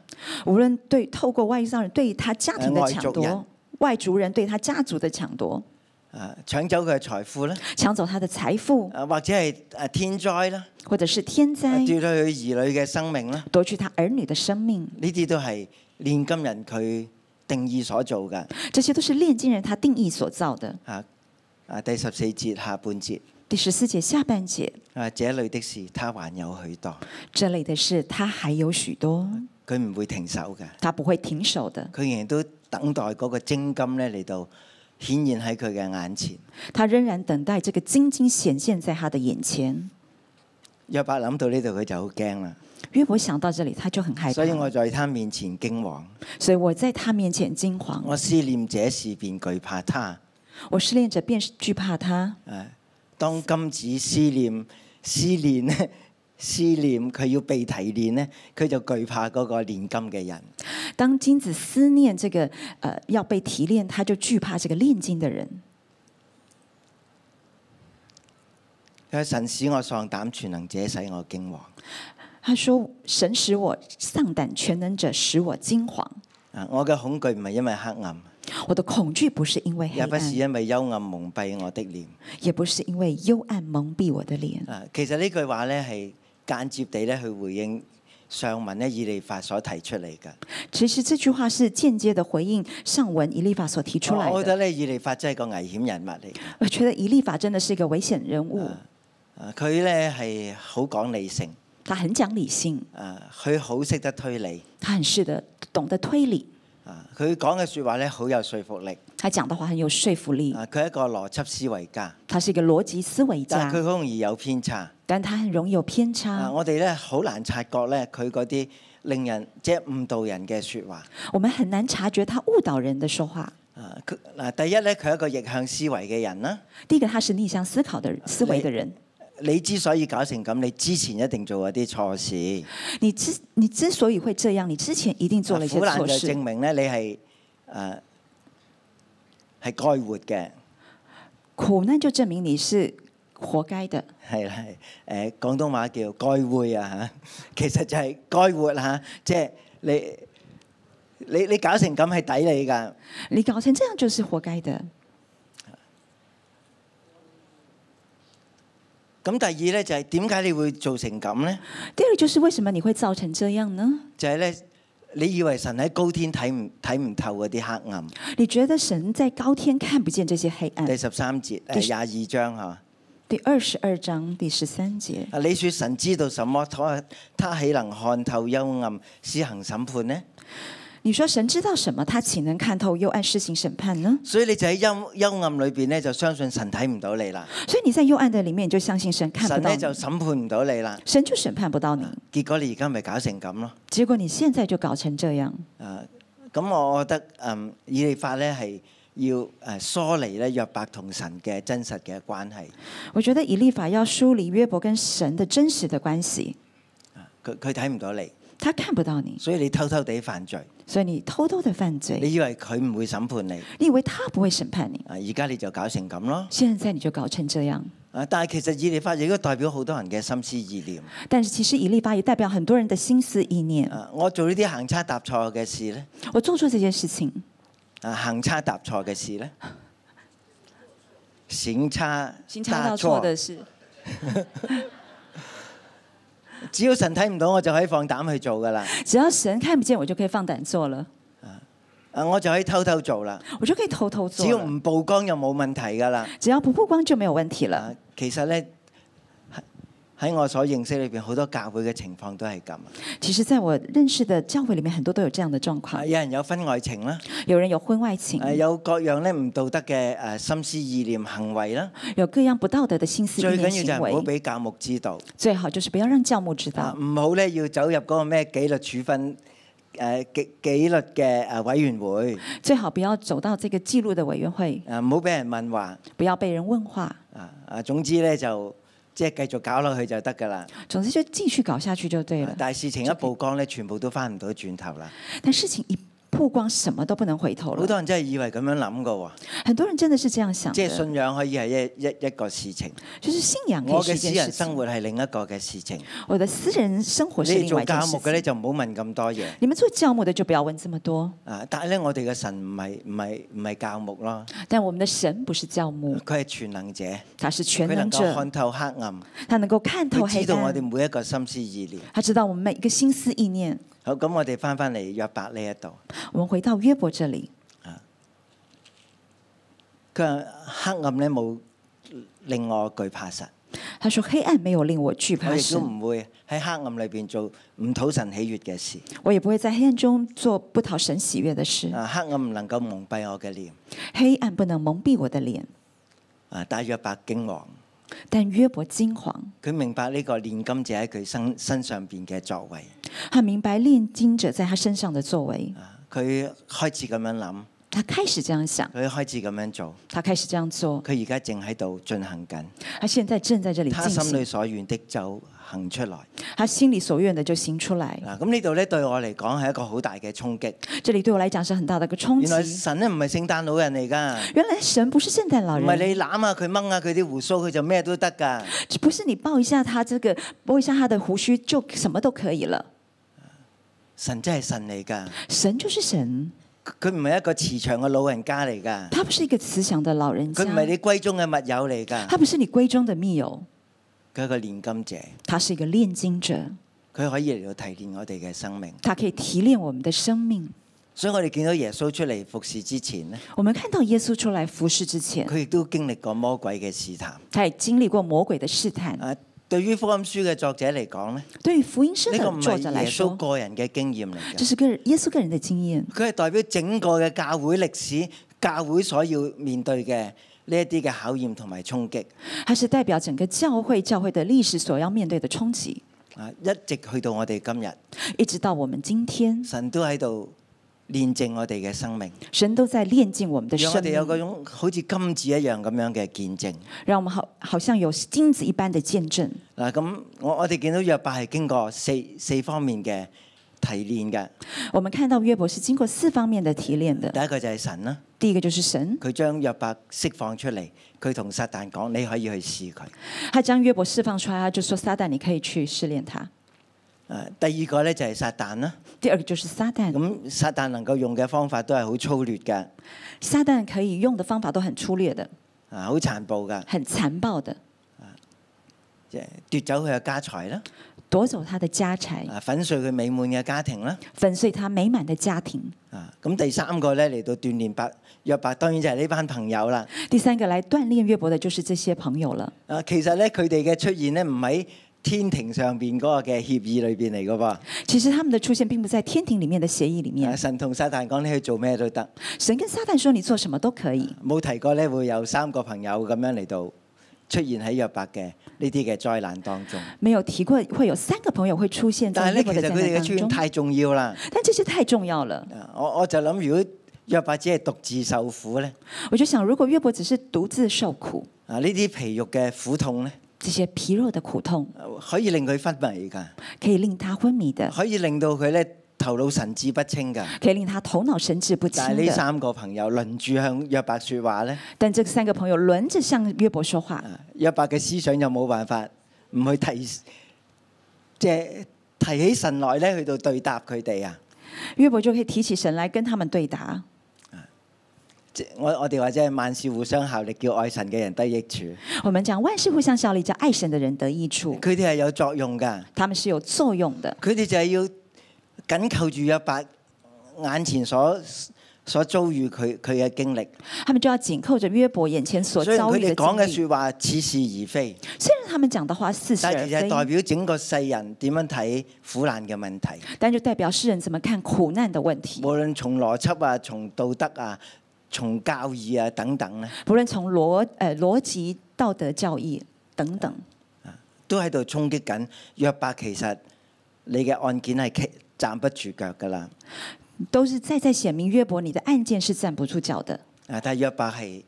S3: 无论对透过外商人对他家庭的
S2: 呃外
S3: 抢
S2: 族人
S3: 夺，外族人对他家族的抢夺，
S2: 啊搶走佢嘅財富啦，
S3: 抢走他的財富，
S2: 啊或者係誒天災啦，
S3: 或者是天
S2: 啊
S3: 灾，
S2: 奪去佢兒女嘅生命啦，
S3: 夺去他儿女的生命，
S2: 呢啲都係煉金人佢定義所做嘅。
S3: 这些都是炼金人他定义所造的。
S2: 啊啊第十四節下半節
S3: 第十四节下半节
S2: 啊，這類的事他還有許多，
S3: 这类的事，他还有许多，
S2: 佢唔會停手嘅，
S3: 他不会停手的，
S2: 佢仍然都等待嗰個精金咧嚟到顯現喺佢嘅眼前。
S3: 他仍然等待这个金金显现在他的眼前。
S2: 約伯諗到呢度，佢就好驚啦。
S3: 约伯想到这里，他就很害怕
S2: 所，以我在他面前驚惶，
S3: 所以我在他面前惊惶，
S2: 我思念這事便懼怕他。
S3: 我失恋者便是惧怕他。
S2: 啊，當金子思念思念 [laughs] 咧，思念佢要被提煉咧，佢就懼怕嗰個煉金嘅人。
S3: 当金子思念这个呃要被提炼，他就惧怕这个炼金的人。
S2: 佢話神使我喪膽，全能者使我驚惶。
S3: 他说：“神使我丧胆，全能者使我惊惶。
S2: 啊，我嘅恐懼唔係因為黑暗，
S3: 我的恐惧不是因为黑
S2: 也不是
S3: 暗，
S2: 因為幽暗蒙蔽我的臉。
S3: 也不是因為幽暗蒙蔽我的脸。
S2: 啊，其實呢句話咧係間接地咧去回應上文咧以利法所提出嚟㗎。
S3: 其实这句话是间接的回应上文以利法所提出来
S2: 我哦我覺
S3: 的。
S2: 得咧以利法真係個危險人物嚟㗎。
S3: 我觉得以利法真的是一个危险人物，
S2: 啊，佢咧係好講理性，
S3: 他很讲理性，
S2: 啊，佢好識得推理，
S3: 他很是的懂得推理，
S2: 啊，佢講嘅説話咧好有說服力，
S3: 他讲的话很有说服力，
S2: 啊，佢係一個邏輯思維家，
S3: 他是一个逻辑思维
S2: 但係佢
S3: 家，
S2: 好容易有偏差，
S3: 但他很容易有偏差
S2: 啊，。我哋咧好難察覺咧佢嗰啲令人即係誤導人嘅説話，
S3: 我们很难察觉他误导人的说话。
S2: 啊，佢嗱第一咧佢係一個逆向思維嘅人啦，
S3: 第一个，他是逆向思考的人思维的人。
S2: 你之所以搞成咁，你之前一定做過啲錯事，
S3: 你之你之所以会这样，你之前一定做了一些
S2: 啊苦難
S3: 错
S2: 就
S3: 事
S2: 證。明咧你係誒係該活嘅。
S3: 苦难就证明你是活该的。
S2: 係啦，係誒廣東話叫該會啊嚇，其實就係該活嚇、即係你你你搞成咁係抵你㗎。
S3: 你搞成这样就是活该的。
S2: 咁第二咧就係點解你會做成咁咧？
S3: 第二就是为什么你会造成这样呢？
S2: 就係、呢，咧，你以為神喺高天睇唔睇唔透嗰啲黑暗？
S3: 你觉得神在高天看不见这些黑
S2: 第
S3: 暗？
S2: 十三節誒
S3: 第十
S2: 廿二章嚇，啊
S3: 第二十二章第十三节，
S2: 你説神知道什麼？他他豈能看透幽暗，施行審判呢？
S3: 你说神知道什么？他岂能看透幽暗施行审判呢？
S2: 所以你就喺幽幽暗裏邊咧，就相信神睇唔到你啦，
S3: 所以你在幽暗的里面，你就相信神看
S2: 神嗯
S3: 不
S2: 咧
S3: 到
S2: 就
S3: 你，
S2: 審判唔到你啦。
S3: 神就审判不到你。
S2: 結果你而家咪搞成咁咯。
S3: 结果你现在就搞成这样。
S2: 啊，咁我覺得嗯，以利法咧係要呃誒疏離咧約伯同神嘅真實嘅關係。
S3: 我觉得以利法要梳理约伯跟神的真实的关系，
S2: 佢佢睇唔到你，
S3: 他看不到你，
S2: 所以你偷偷地犯罪，
S3: 所以你偷偷的犯罪，
S2: 你以為佢唔會審判你，
S3: 你以为他不会审判你，
S2: 啊而家你就搞成咁咯。
S3: 现在你就搞成这样。
S2: 啊，但係其實以利法亦都代表好多人嘅心思意念。
S3: 但是其实以利法也代表很多人的心思意念。
S2: 啊，我做呢啲行差踏錯嘅事咧，
S3: 我做错这件事情，
S2: 啊行差踏錯嘅事咧，行差
S3: 行差踏错的，事，
S2: 只要神睇唔到，我就可以放膽去做噶啦。
S3: 只要神看不见，我就可以放胆做了，
S2: 啊，我就可以偷偷做啦。
S3: 我就可以偷偷做
S2: 只要
S3: 了
S2: 唔曝光就冇問題㗎啦。
S3: 只要不曝光就没有问题了
S2: 啊。，其實咧喺喺我所認識裏邊，好多教會嘅情況都係咁。啊
S3: 其实，在我认识的教会里面，很多都有这样的状
S2: 啊，
S3: 况，
S2: 有人有婚外情啦，
S3: 有人有婚外情
S2: 啊，有各樣咧唔道德嘅誒心思意念行為啦。
S3: 有各样不道德的心思
S2: 最緊
S3: 意
S2: 要
S3: 念
S2: 就
S3: 行
S2: 係唔好
S3: 为，
S2: 俾教牧知道。
S3: 最好就是不要让教牧知
S2: 啊
S3: 道，，
S2: 唔好咧要走入嗰個咩紀律處分誒紀紀律嘅誒委員會。
S3: 最好不要走到这个记录的委员会，
S2: 啊，唔好俾人問話。
S3: 不要被人问话。
S2: 啊啊，總之咧就即係繼續搞落去就得㗎啦。
S3: 总之就继续搞下去就对了。
S2: 但係事情一曝光咧，全部都翻唔到轉頭啦。
S3: 但事情一曝光，什么都不能回头
S2: 好
S3: 了。
S2: 多人真係以為咁樣諗噶喎，
S3: 很多人真的是这样想
S2: 即係
S3: 的，
S2: 信仰可以係一一一個事情，
S3: 就是信仰可以
S2: 我
S3: 是
S2: 嘅
S3: 一
S2: 私
S3: 件
S2: 人
S3: 事
S2: 生
S3: 情，
S2: 活係另一個嘅事情。
S3: 我的私人生活是
S2: 你
S3: 另
S2: 做
S3: 外一件
S2: 教
S3: 事
S2: 牧嘅咧
S3: 情。
S2: 就唔好問咁多嘢
S3: 你们做教牧的就不要问这么多，
S2: 啊！但係咧，我哋嘅神唔係唔係唔係教牧咯，
S3: 但我们的神不是教牧，
S2: 佢係全能者，
S3: 他是全
S2: 佢能
S3: 能
S2: 夠看
S3: 者，
S2: 透黑暗，
S3: 他能够看透
S2: 佢
S3: 黑
S2: 知道我哋
S3: 暗，
S2: 每一個心思意念。
S3: 他知道我们每一个心思意念。
S2: 好，咁我哋翻翻嚟約伯呢一度，
S3: 我们回到约伯这里，
S2: 佢話黑暗咧冇令我懼怕神，
S3: 他说：“黑暗没有令我惧
S2: 我
S3: 怕
S2: 亦都
S3: 神，
S2: 唔會喺黑暗裏邊做唔討神喜悅嘅事。
S3: 我也不会在黑暗中做不讨神喜悦的事。
S2: 啊，黑暗唔能夠蒙蔽我嘅臉。
S3: 黑暗不能蒙蔽我的脸。
S2: 啊，大約白驚惶，”
S3: 但约伯惊惶，
S2: 佢明白呢個煉金者喺佢身身上邊嘅作為，
S3: 他明白炼金者在他身上的作为，
S2: 啊佢開始咁樣諗，
S3: 他开始这样想，
S2: 佢開始咁樣做，
S3: 他开始这样做，
S2: 佢而家正喺度進行緊，
S3: 他现在正在这里
S2: 他
S3: 进
S2: 心裏
S3: 行，
S2: 所願的就行出來。
S3: 他心里所愿的就行出来。
S2: 嗱，咁呢度咧對我嚟講係一個好大嘅衝擊。
S3: 这里对我来讲是很大的一个冲
S2: 原來
S3: 击。
S2: 神咧唔係聖誕老人嚟㗎，
S3: 原来神不是圣诞老
S2: 唔係
S3: 人，
S2: 你攬下佢掹下佢啲胡鬚，佢就咩都得㗎。
S3: 不是你抱一下他这个，摸一下他的胡须就什么都可以了。
S2: 神真係神嚟㗎，
S3: 神就是神，
S2: 佢唔係一個慈祥嘅老人家嚟㗎，
S3: 他不是一个慈祥的老人家
S2: 佢唔，係你閨中嘅密友嚟
S3: 他
S2: 㗎，
S3: 不是你闺中的密友，
S2: 佢係一個煉金者。
S3: 他是一个炼金者，
S2: 佢可以嚟到提煉我哋嘅生命，
S3: 他可以提炼我们的生命。
S2: 所以我哋見到耶穌出嚟服侍之前呢，
S3: 我们看到耶稣出来服侍之前，
S2: 佢亦都經歷過魔鬼嘅試探。
S3: 他也经历过魔鬼的试探。
S2: 啊，對於福音書嘅作者嚟講呢，
S3: 对于福音书
S2: 呢個唔
S3: 的作
S2: 係
S3: 者来
S2: 耶穌
S3: 说，
S2: 個人嘅經驗嚟
S3: 这
S2: 嘅，
S3: 是个人耶稣个人的经验，
S2: 佢係代表整個嘅教會歷史，教會所要面對嘅呢一啲嘅考驗同埋衝擊。
S3: 它是代表整个教会教会的历史所要面对的冲击，
S2: 啊，一直去到我哋今日，
S3: 一直到我们今天，
S2: 神都喺度煉淨我哋嘅生命，
S3: 神都在炼尽我们的
S2: 讓我
S3: 生
S2: 哋
S3: 命，
S2: 有嗰種好似金子一樣咁樣嘅見證。
S3: 让我们好好像有金子一般的见证。
S2: 嗱，咁我我哋見到約伯係經過四四方面嘅提煉嘅。
S3: 我们看到约伯是经过四方面的提炼的，
S2: 第一個就係神啦，
S3: 第一个就是神，
S2: 佢將約伯釋放出嚟，佢同撒旦講：你可以去試佢。
S3: 他将约伯释放出来，他就说撒旦，你可以去试炼他。
S2: 誒，啊第二個咧就係撒旦啦。
S3: 第二个就是撒旦，
S2: 咁撒旦能夠用嘅方法都係好粗劣嘅，
S3: 撒旦可以用的方法都很粗略的，
S2: 啊，好殘暴嘅，
S3: 很残暴的，
S2: 即係奪走佢嘅家財啦，
S3: 夺走他的家财，
S2: 啊，粉碎佢美滿嘅家庭啦。
S3: 粉碎他美满的家庭。
S2: 啊，咁第三個咧嚟到鍛鍊伯約伯，當然就係呢班朋友啦。
S3: 第三个来锻炼约伯的就是这些朋友了。
S2: 啊，其實咧佢哋嘅出現咧唔喺天庭上邊嗰個嘅協議裏邊嚟噶噃。
S3: 其实他们的出现并不在天庭里面的协议里
S2: 啊
S3: 面。
S2: 神同撒旦講你去做咩都得，
S3: 神跟撒旦说：“你做什么都可以。
S2: 冇提過咧會有三個朋友咁樣嚟到出現喺約伯嘅呢啲嘅災難當 [laughs] 中。”
S3: 没有提過会有三个朋友會出現
S2: 但係咧，
S3: 在約
S2: 其
S3: 伯的
S2: 實
S3: 災
S2: 佢哋
S3: 難
S2: 嘅
S3: 當
S2: 出現
S3: 中。
S2: 太重要啦。
S3: 但这些太重要了。
S2: 啊我我就諗，如果約伯只係獨自受苦咧，
S3: 我就想，如果約伯只是獨自受苦，
S2: 啊呢啲皮肉嘅苦痛咧，
S3: 这些皮肉的苦痛
S2: 啊可以令佢昏迷㗎，
S3: 可以令他昏迷的，
S2: 可以令到佢咧頭腦神志不清㗎。
S3: 可以令他頭腦神志不清
S2: 但係呢
S3: 的。
S2: 三個朋友輪住向約伯説話咧，
S3: 但这三个朋友輪着向約伯說話，
S2: 啊約伯嘅思想又冇辦法唔去提，即係提起神來咧，去到對答佢哋啊！
S3: 約伯就可以提起神來跟他們對答。
S2: 即我我哋或者係萬事互相效力，叫愛神嘅人得益處。
S3: 我們講萬事互相效力，叫愛神的人得益處，
S2: 佢哋係有作用㗎，
S3: 他們是有作用的。
S2: 佢哋就係要緊扣住約伯眼前所所遭遇佢佢嘅經歷。
S3: 他們就要緊扣着約伯眼前所
S2: 雖然
S3: 遭
S2: 佢
S3: 遇
S2: 哋
S3: 的經
S2: 講嘅
S3: 歷。
S2: 説話似是而非，
S3: 雖然他們講的話似是
S2: 但
S3: 而
S2: 係其實係
S3: 非，
S2: 代表整個世人點樣睇苦難嘅問題。
S3: 但就代表世人怎麼看苦難的問題。
S2: 無論從邏輯啊、從道德啊、從教義啊等等咧，
S3: 不論從邏呃邏輯、道德、教義等等，
S2: 都喺度衝擊緊約伯。其實你嘅案件係企站不住腳㗎啦。
S3: 都是再再顯明約伯你的案件是站不住腳的。
S2: 啊，但係約伯係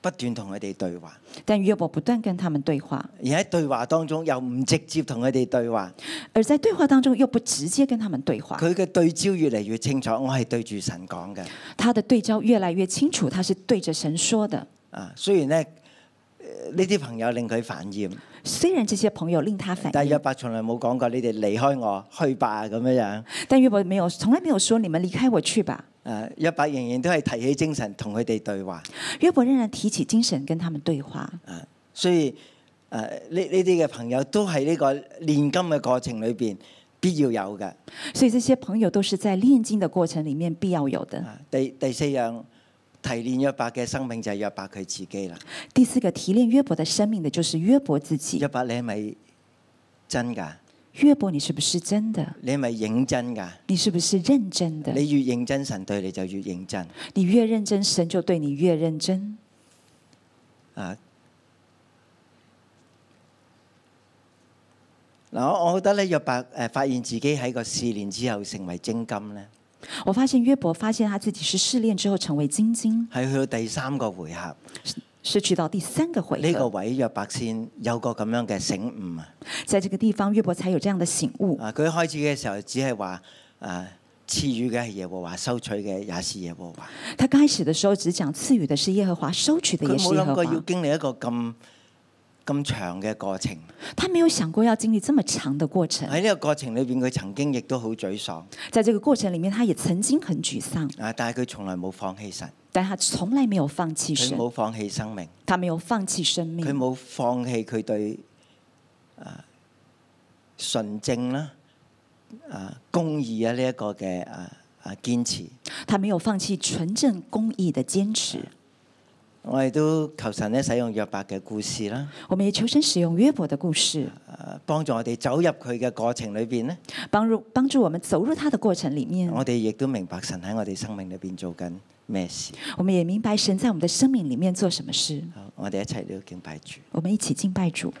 S2: 不斷同佢哋對話，
S3: 但約伯不斷跟他們對話，
S2: 而喺對話當中又唔直接同佢哋對話。
S3: 而在對話當中又不直接跟他們對話，
S2: 佢嘅對焦越嚟越清楚，我係對住神講嘅。
S3: 他的對焦越來越清楚，他是對着神說的。
S2: 啊，雖然咧呃呢啲朋友令佢煩厭，
S3: 雖然這些朋友令他反
S2: 但係約
S3: 應，
S2: 伯從來冇講過你哋離開我去吧咁樣樣。
S3: 但約伯沒有從來沒有說你們離開我去吧。
S2: 誒，啊約伯仍然都係提起精神同佢哋對話。
S3: 約伯仍然提起精神跟他們對話，
S2: 啊，所以誒呃呢呢啲嘅朋友都喺呢個練金嘅過程裏邊必要有嘅。
S3: 所以這些朋友都是在煉金的過程裡面必要有的。
S2: 啊第第四樣提煉約伯嘅生命就係約伯佢自己啦。
S3: 第四個提煉約伯的生命的就是約伯自己
S2: 約。伯你係咪真㗎？
S3: 約伯，你是不是真的？
S2: 你係咪認真㗎？
S3: 你是不是認真的？
S2: 你越認真，神對你就越認真。
S3: 你越認真，神就對你越認真。
S2: 啊！嗱，我我覺得咧，約伯誒發現自己喺個試煉之後成為精金咧，
S3: 我發現約伯發現他自己是試煉之後成為精金，
S2: 係去到第三個回合
S3: 是去到第三個回
S2: 呢個
S3: 合，
S2: 位，約伯先有個咁樣嘅醒悟啊！
S3: 在這個地方約伯才有這樣的醒悟。
S2: 啊，佢開始嘅時候只係話啊，賜予嘅係耶和華，收取嘅也是耶和華。
S3: 他剛開始的時候只講賜予的是耶和華，收取的
S2: 佢
S3: 也是
S2: 冇
S3: 耶
S2: 諗
S3: 和
S2: 過要
S3: 華。
S2: 經歷一個咁咁長嘅過程。
S3: 他沒有想過要經歷這麼長的過程，
S2: 喺呢個過程裏邊，佢曾經亦都好沮喪
S3: 在這個過程裡面，他也曾經很沮喪，
S2: 啊，但係佢從來冇放棄神，
S3: 但他從來沒有放棄
S2: 佢
S3: 神，
S2: 冇放棄生命。
S3: 他沒有放棄生
S2: 佢
S3: 命，
S2: 冇放棄佢對啊純正啦、啊公義啊呢一個嘅啊啊堅持。
S3: 他沒有放棄純正公義的堅持。
S2: 我哋都求神咧使用約伯嘅故事啦，
S3: 我們也求神使用約伯的故事，
S2: 啊幫助我哋走入佢嘅過程裏邊咧，
S3: 帮助帮助我們走入他的過程裡面。
S2: 我哋亦都明白神喺我哋生命裏邊做緊咩事。
S3: 我們也明白神在我們的生命裡面做什麼事。
S2: 好我哋一齊都要敬拜主。
S3: 我們一起敬拜主。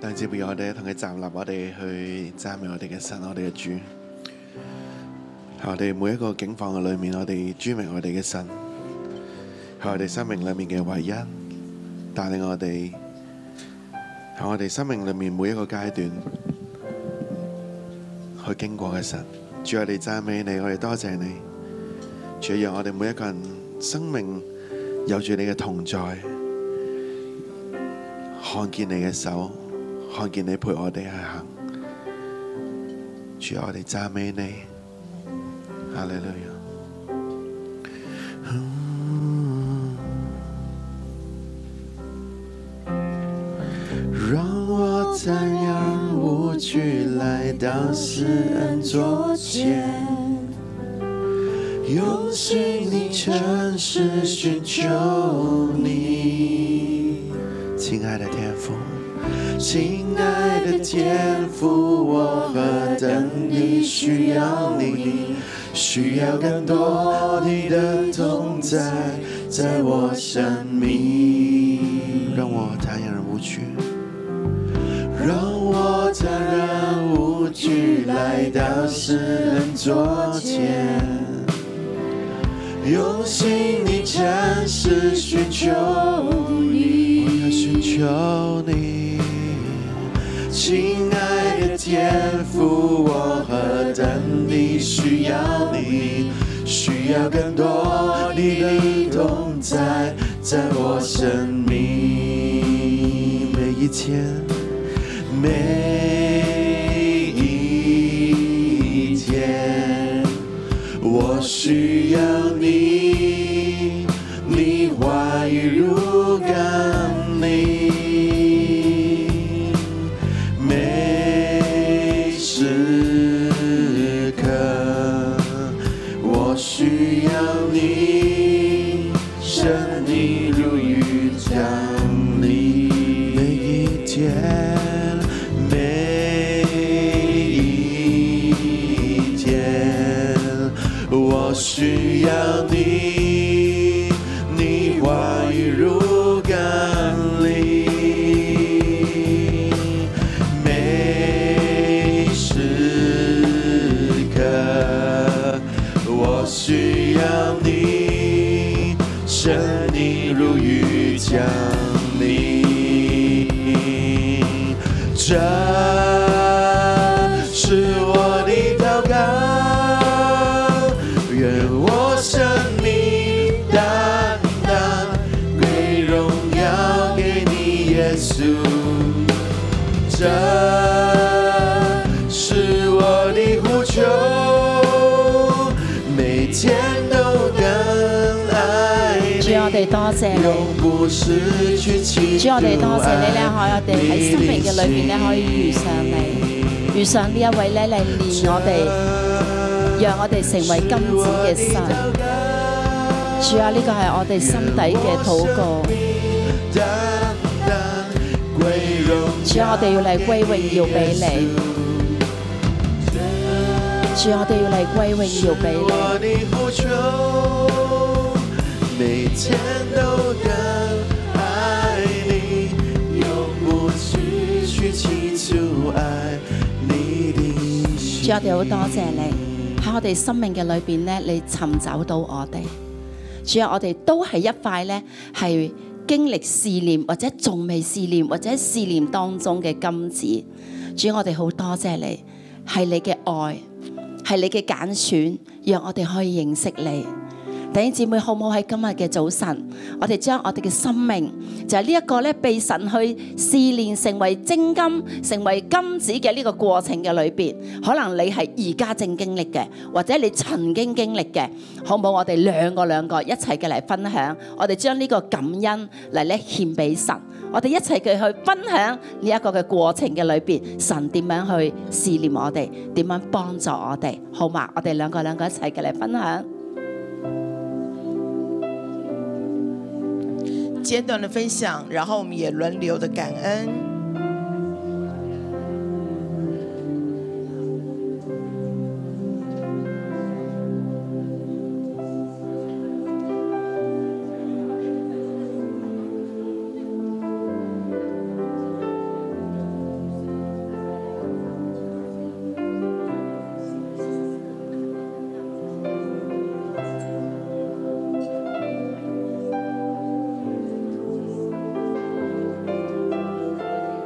S4: 弟兄姊妹，我哋同佢站立，我哋去讚美我哋嘅神，我哋嘅主。喺我哋每一個境況嘅裏面，我哋尊明我哋嘅神，係我哋生命裏面嘅唯一，帶領我哋喺我哋生命裏面每一個階段去經過嘅神。主，我哋讚美你，我哋多謝你。主，讓我哋每一個人生命有住你嘅同在，看見你嘅手。看見你陪我哋去行，主啊我哋讚美你，哈利路亞。让我赞扬无去来到施恩桌前，用心灵诚实寻求你，亲爱的天父，亲爱的天父，我何等地需要你，需要更多你的同在，在我生命，让我坦然无惧。让我坦然无惧来到世人桌前，用心地诚实寻求你，我要寻求你，亲爱的天父，我何等地需要你，需要更多你的同在，在我生命每一天。每一天，我需要你，你话语如甘霖，每时刻我需要你，生命如雨降临，每一天。每一天，我需要你，你话语如甘霖，每时刻我需要你，神你如雨降临。这是我的祷告，愿我生命单单归荣耀给你，耶稣。这是我的呼求，每天都更爱你。
S5: 主我哋多謝你。主，我哋多謝你咧，可以我哋喺生命嘅裏面咧，可以遇上你，遇上呢一位咧嚟練我哋，讓我哋成為金子嘅神。主啊，呢個係我哋心底嘅禱告。主啊，我哋要嚟歸榮耀俾你。主，啊我哋要嚟歸榮耀俾你。主，啊我哋好多謝你喺我哋生命嘅裏邊咧，你尋找到我哋。主啊，我哋都係一塊咧係經歷試煉或者仲未試煉或者試煉當中嘅金子。主，啊我哋好多謝你，係你嘅愛，係你嘅揀選，讓我哋可以認識你。弟兄姊妹，好唔好喺今日嘅早晨，我哋將我哋嘅生命就係呢一個咧被神去試煉成為精金、成為金子嘅呢個過程嘅裏邊，可能你係而家正經歷嘅，或者你曾經經歷嘅，好唔好？我哋兩個兩個一齊嘅嚟分享，我哋將呢個感恩嚟咧獻俾神，我哋一齊嘅去分享呢一個嘅過程嘅裏邊，神點樣去試煉我哋，點樣幫助我哋，好嘛？我哋兩個兩個一齊嘅嚟分享。
S6: 简短的分享，然后我们也轮流的感恩。
S7: 我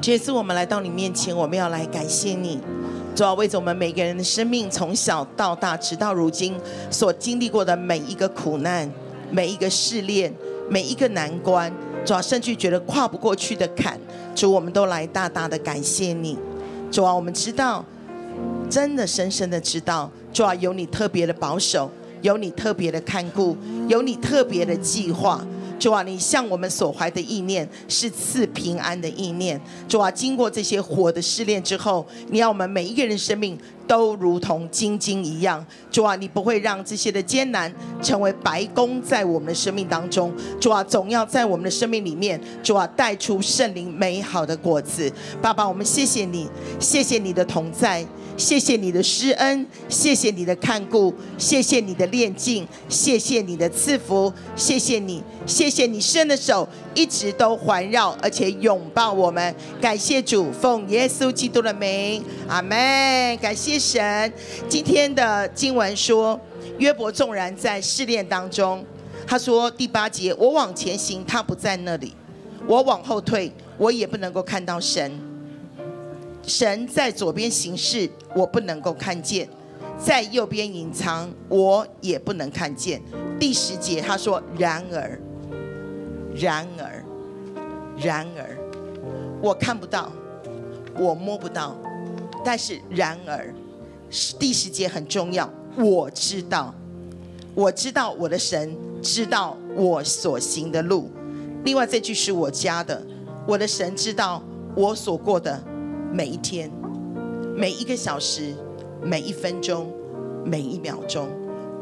S6: 主耶稣，我们来到你面前，我们要来感谢你。主要为着我们每个人的生命，从小到大，直到如今所经历过的每一个苦难、每一个试炼、每一个难关，主要甚至觉得跨不过去的坎，主我们都来大大的感谢你。主啊，我们知道真的深深的知道，主啊，有你特别的保守，有你特别的看顾，有你特别的计划。主啊，你向我们所怀的意念是赐平安的意念。主啊，经过这些火的试炼之后，你要我们每一个人生命都如同金晶一样。主啊，你不会让这些的艰难成为白宫在我们的生命当中。主啊，总要在我们的生命里面，主啊，带出圣灵美好的果子。爸爸，我们谢谢你，谢谢你的同在。谢谢你的施恩，谢谢你的看顾，谢谢你的炼净，谢谢你的赐福，谢谢你，谢谢你伸的手一直都环绕而且拥抱我们。感谢主，奉耶稣基督的名，阿门。感谢神。今天的经文说，约伯纵然在试炼当中，他说第八节：“我往前行，他不在那里；我往后退，我也不能够看到神。”神在左边行事，我不能够看见；在右边隐藏，我也不能看见。第十节他说：“然而，然而，然而，我看不到，我摸不到，但是然而，第十节很重要，我知道，我知道我的神知道我所行的路。另外这句是我加的，我的神知道我所过的每一天、每一个小时、每一分钟、每一秒钟，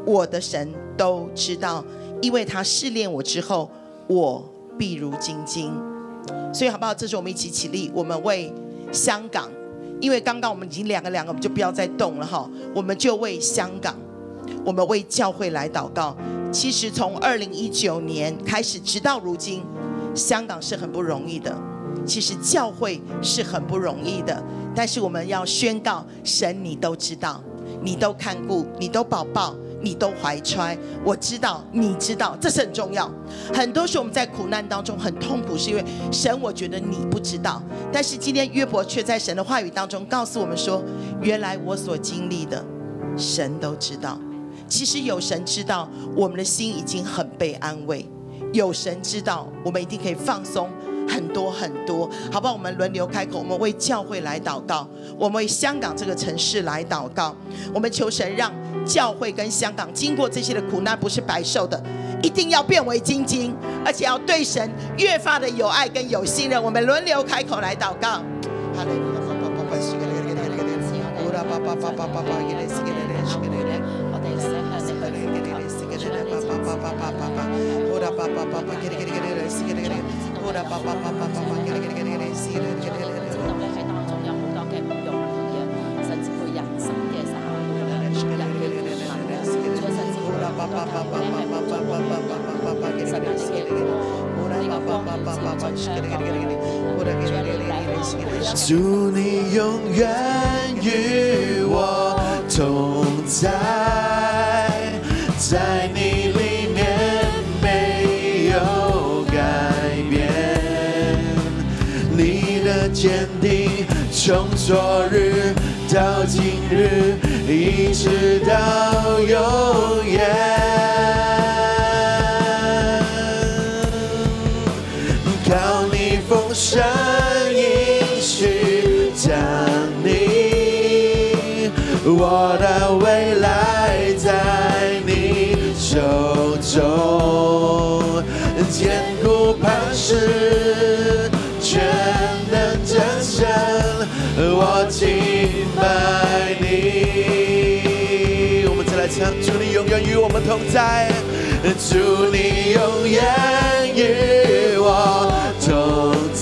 S6: 我的神都知道，因为他试炼我之后，我必如金晶。所以好不好？这是我们一起起立，我们为香港，因为刚刚我们已经两个两个，我们就不要再动了哈，我们就为香港，我们为教会来祷告。其实从二零一九年开始，直到如今，香港是很不容易的。其实教会是很不容易的，但是我们要宣告：神，你都知道，你都看顾，你都保抱，你都怀揣。我知道，你知道，这是很重要。很多时候我们在苦难当中很痛苦，是因为神，我觉得你不知道。但是今天约伯却在神的话语当中告诉我们说：原来我所经历的，神都知道。其实有神知道，我们的心已经很被安慰。有神知道，我们一定可以放松很多很多，好不好？我们轮流开口，我们为教会来祷告，我们为香港这个城市来祷告，我们求神让教会跟香港经过这些的苦难不是白受的，一定要变为精金，而且要对神越发的有爱跟有信任。我们轮流开口来祷告。哈利路亚巴巴巴巴西格雷格雷格雷乌拉巴巴巴巴巴巴格雷西格雷格雷西格雷格雷
S5: 我哋咧向你去禱告主啊你知道知道你喺當中有好多嘅唔容易啊，甚至乎人生嘅失敗啊，人嘅疑問啊，主啊，甚至乎你能夠咧係幫助我哋嘅神啊，你嘅呢個光照進香港嘅裏面啊，主啊，你嚟幫助我哋
S4: 祝你永远与我同在，在你里面没有改变，你的坚定从昨日到今日，一直到永远。靠你丰盛应许降临，我的未来在你手中，坚固磐石，全能真神，我敬拜你。我们再来唱，祝你永远与我们同在，祝你永远与我同在，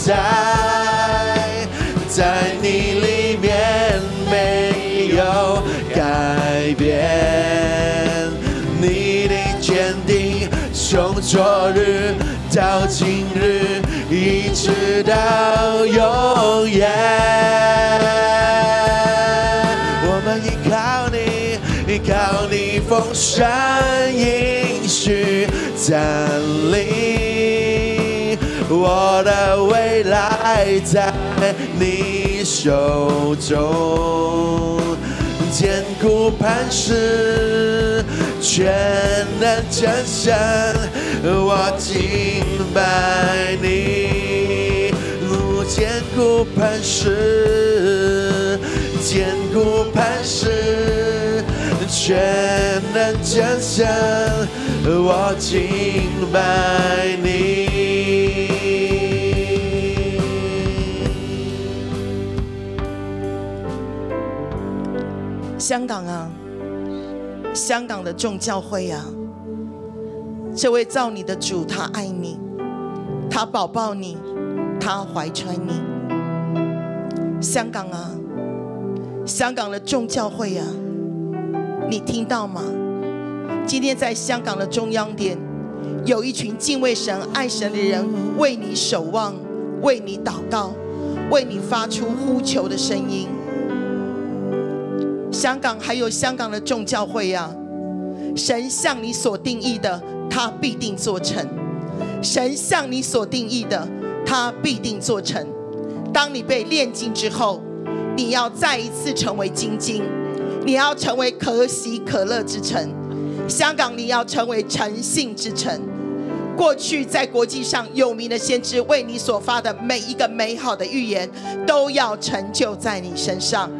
S4: 在你里面没有改变，你的坚定从昨日到今日，一直到永远。我们依靠你，依靠你丰盛应许站立，我的未来在你手中，艰苦磐石，全能真神，我敬拜你。坚固磐石，坚固磐石，全能真神，我敬拜你。
S6: 香港啊，香港的众教会啊，这位造你的主，他爱你，他宝宝你，他怀揣你。香港啊，香港的众教会啊，你听到吗？今天在香港的中央点，有一群敬畏神、爱神的人为你守望，为你祷告，为你发出呼求的声音。香港还有香港的众教会呀、神向你所定义的，他必定做成；神向你所定义的，他必定做成。当你被炼金之后，你要再一次成为金晶，你要成为可喜可乐之城。香港，你要成为诚信之城。过去在国际上有名的先知为你所发的每一个美好的预言，都要成就在你身上。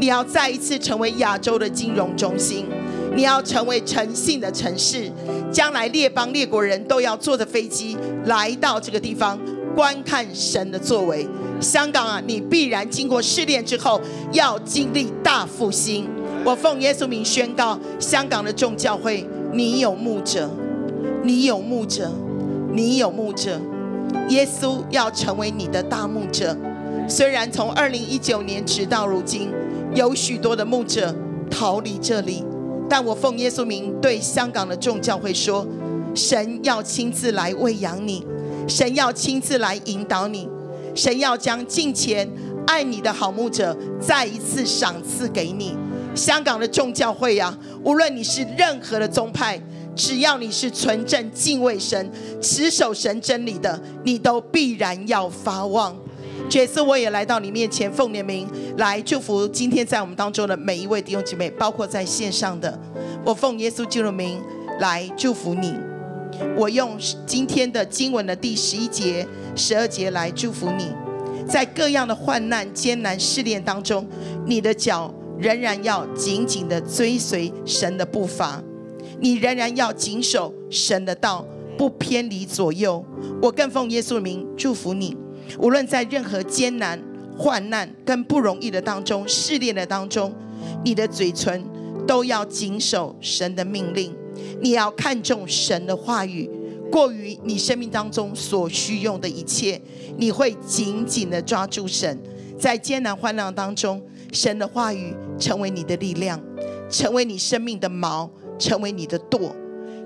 S6: 你要再一次成为亚洲的金融中心，你要成为诚信的城市。将来列邦列国人都要坐着飞机来到这个地方观看神的作为。香港啊，你必然经过试炼之后，要经历大复兴。我奉耶稣名宣告，香港的众教会，你有牧者，你有牧者，你有牧者。耶稣要成为你的大牧者。虽然从二零一九年直到如今，有许多的牧者逃离这里，但我奉耶稣名对香港的众教会说：神要亲自来喂养你，神要亲自来引导你，神要将近前爱你的好牧者再一次赏赐给你。香港的众教会呀、无论你是任何的宗派，只要你是纯正敬畏神、持守神真理的，你都必然要发旺。这次我也来到你面前，奉你的名来祝福今天在我们当中的每一位弟兄姐妹，包括在线上的。我奉耶稣基督的名来祝福你。我用今天的经文的第十一节、十二节来祝福你，在各样的患难、艰难、试炼当中，你的脚仍然要紧紧的追随神的步伐。你仍然要谨守神的道，不偏离左右。我更奉耶稣的名祝福你，无论在任何艰难、患难跟不容易的当中、试炼的当中，你的嘴唇都要谨守神的命令，你要看重神的话语。过于你生命当中所需用的一切，你会紧紧的抓住神，在艰难患难当中，神的话语成为你的力量。成为你生命的锚，成为你的舵，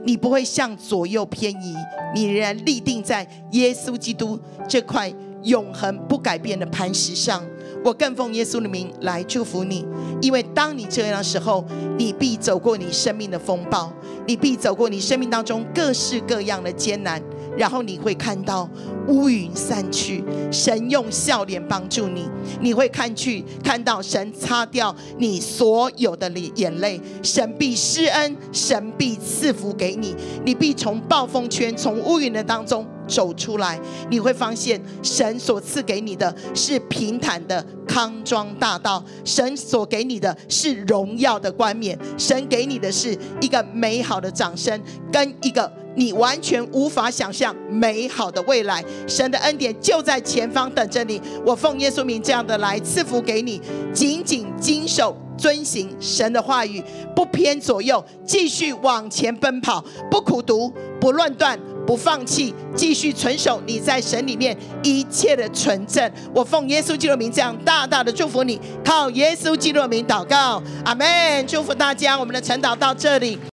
S6: 你不会向左右偏移，你仍然立定在耶稣基督这块永恒不改变的磐石上。我更奉耶稣的名来祝福你，因为当你这样的时候，你必走过你生命的风暴，你必走过你生命当中各式各样的艰难，然后你会看到乌云散去，神用笑脸帮助你，你会看去看到神擦掉你所有的眼眼泪，神必施恩，神必赐福给你，你必从暴风圈、从乌云的当中走出来，你会发现神所赐给你的是平坦的康庄大道，神所给你的是荣耀的冠冕，神给你的是一个美好的掌声跟一个。你完全无法想象美好的未来，神的恩典就在前方等着你。我奉耶稣名这样的来赐福给你，紧紧经手遵行神的话语，不偏左右，继续往前奔跑，不苦读，不论断。不放弃，继续存守你在神里面一切的纯正。我奉耶稣基督的名，这样大大的祝福你。靠耶稣基督的名祷告，阿门。祝福大家，我们的晨祷到这里。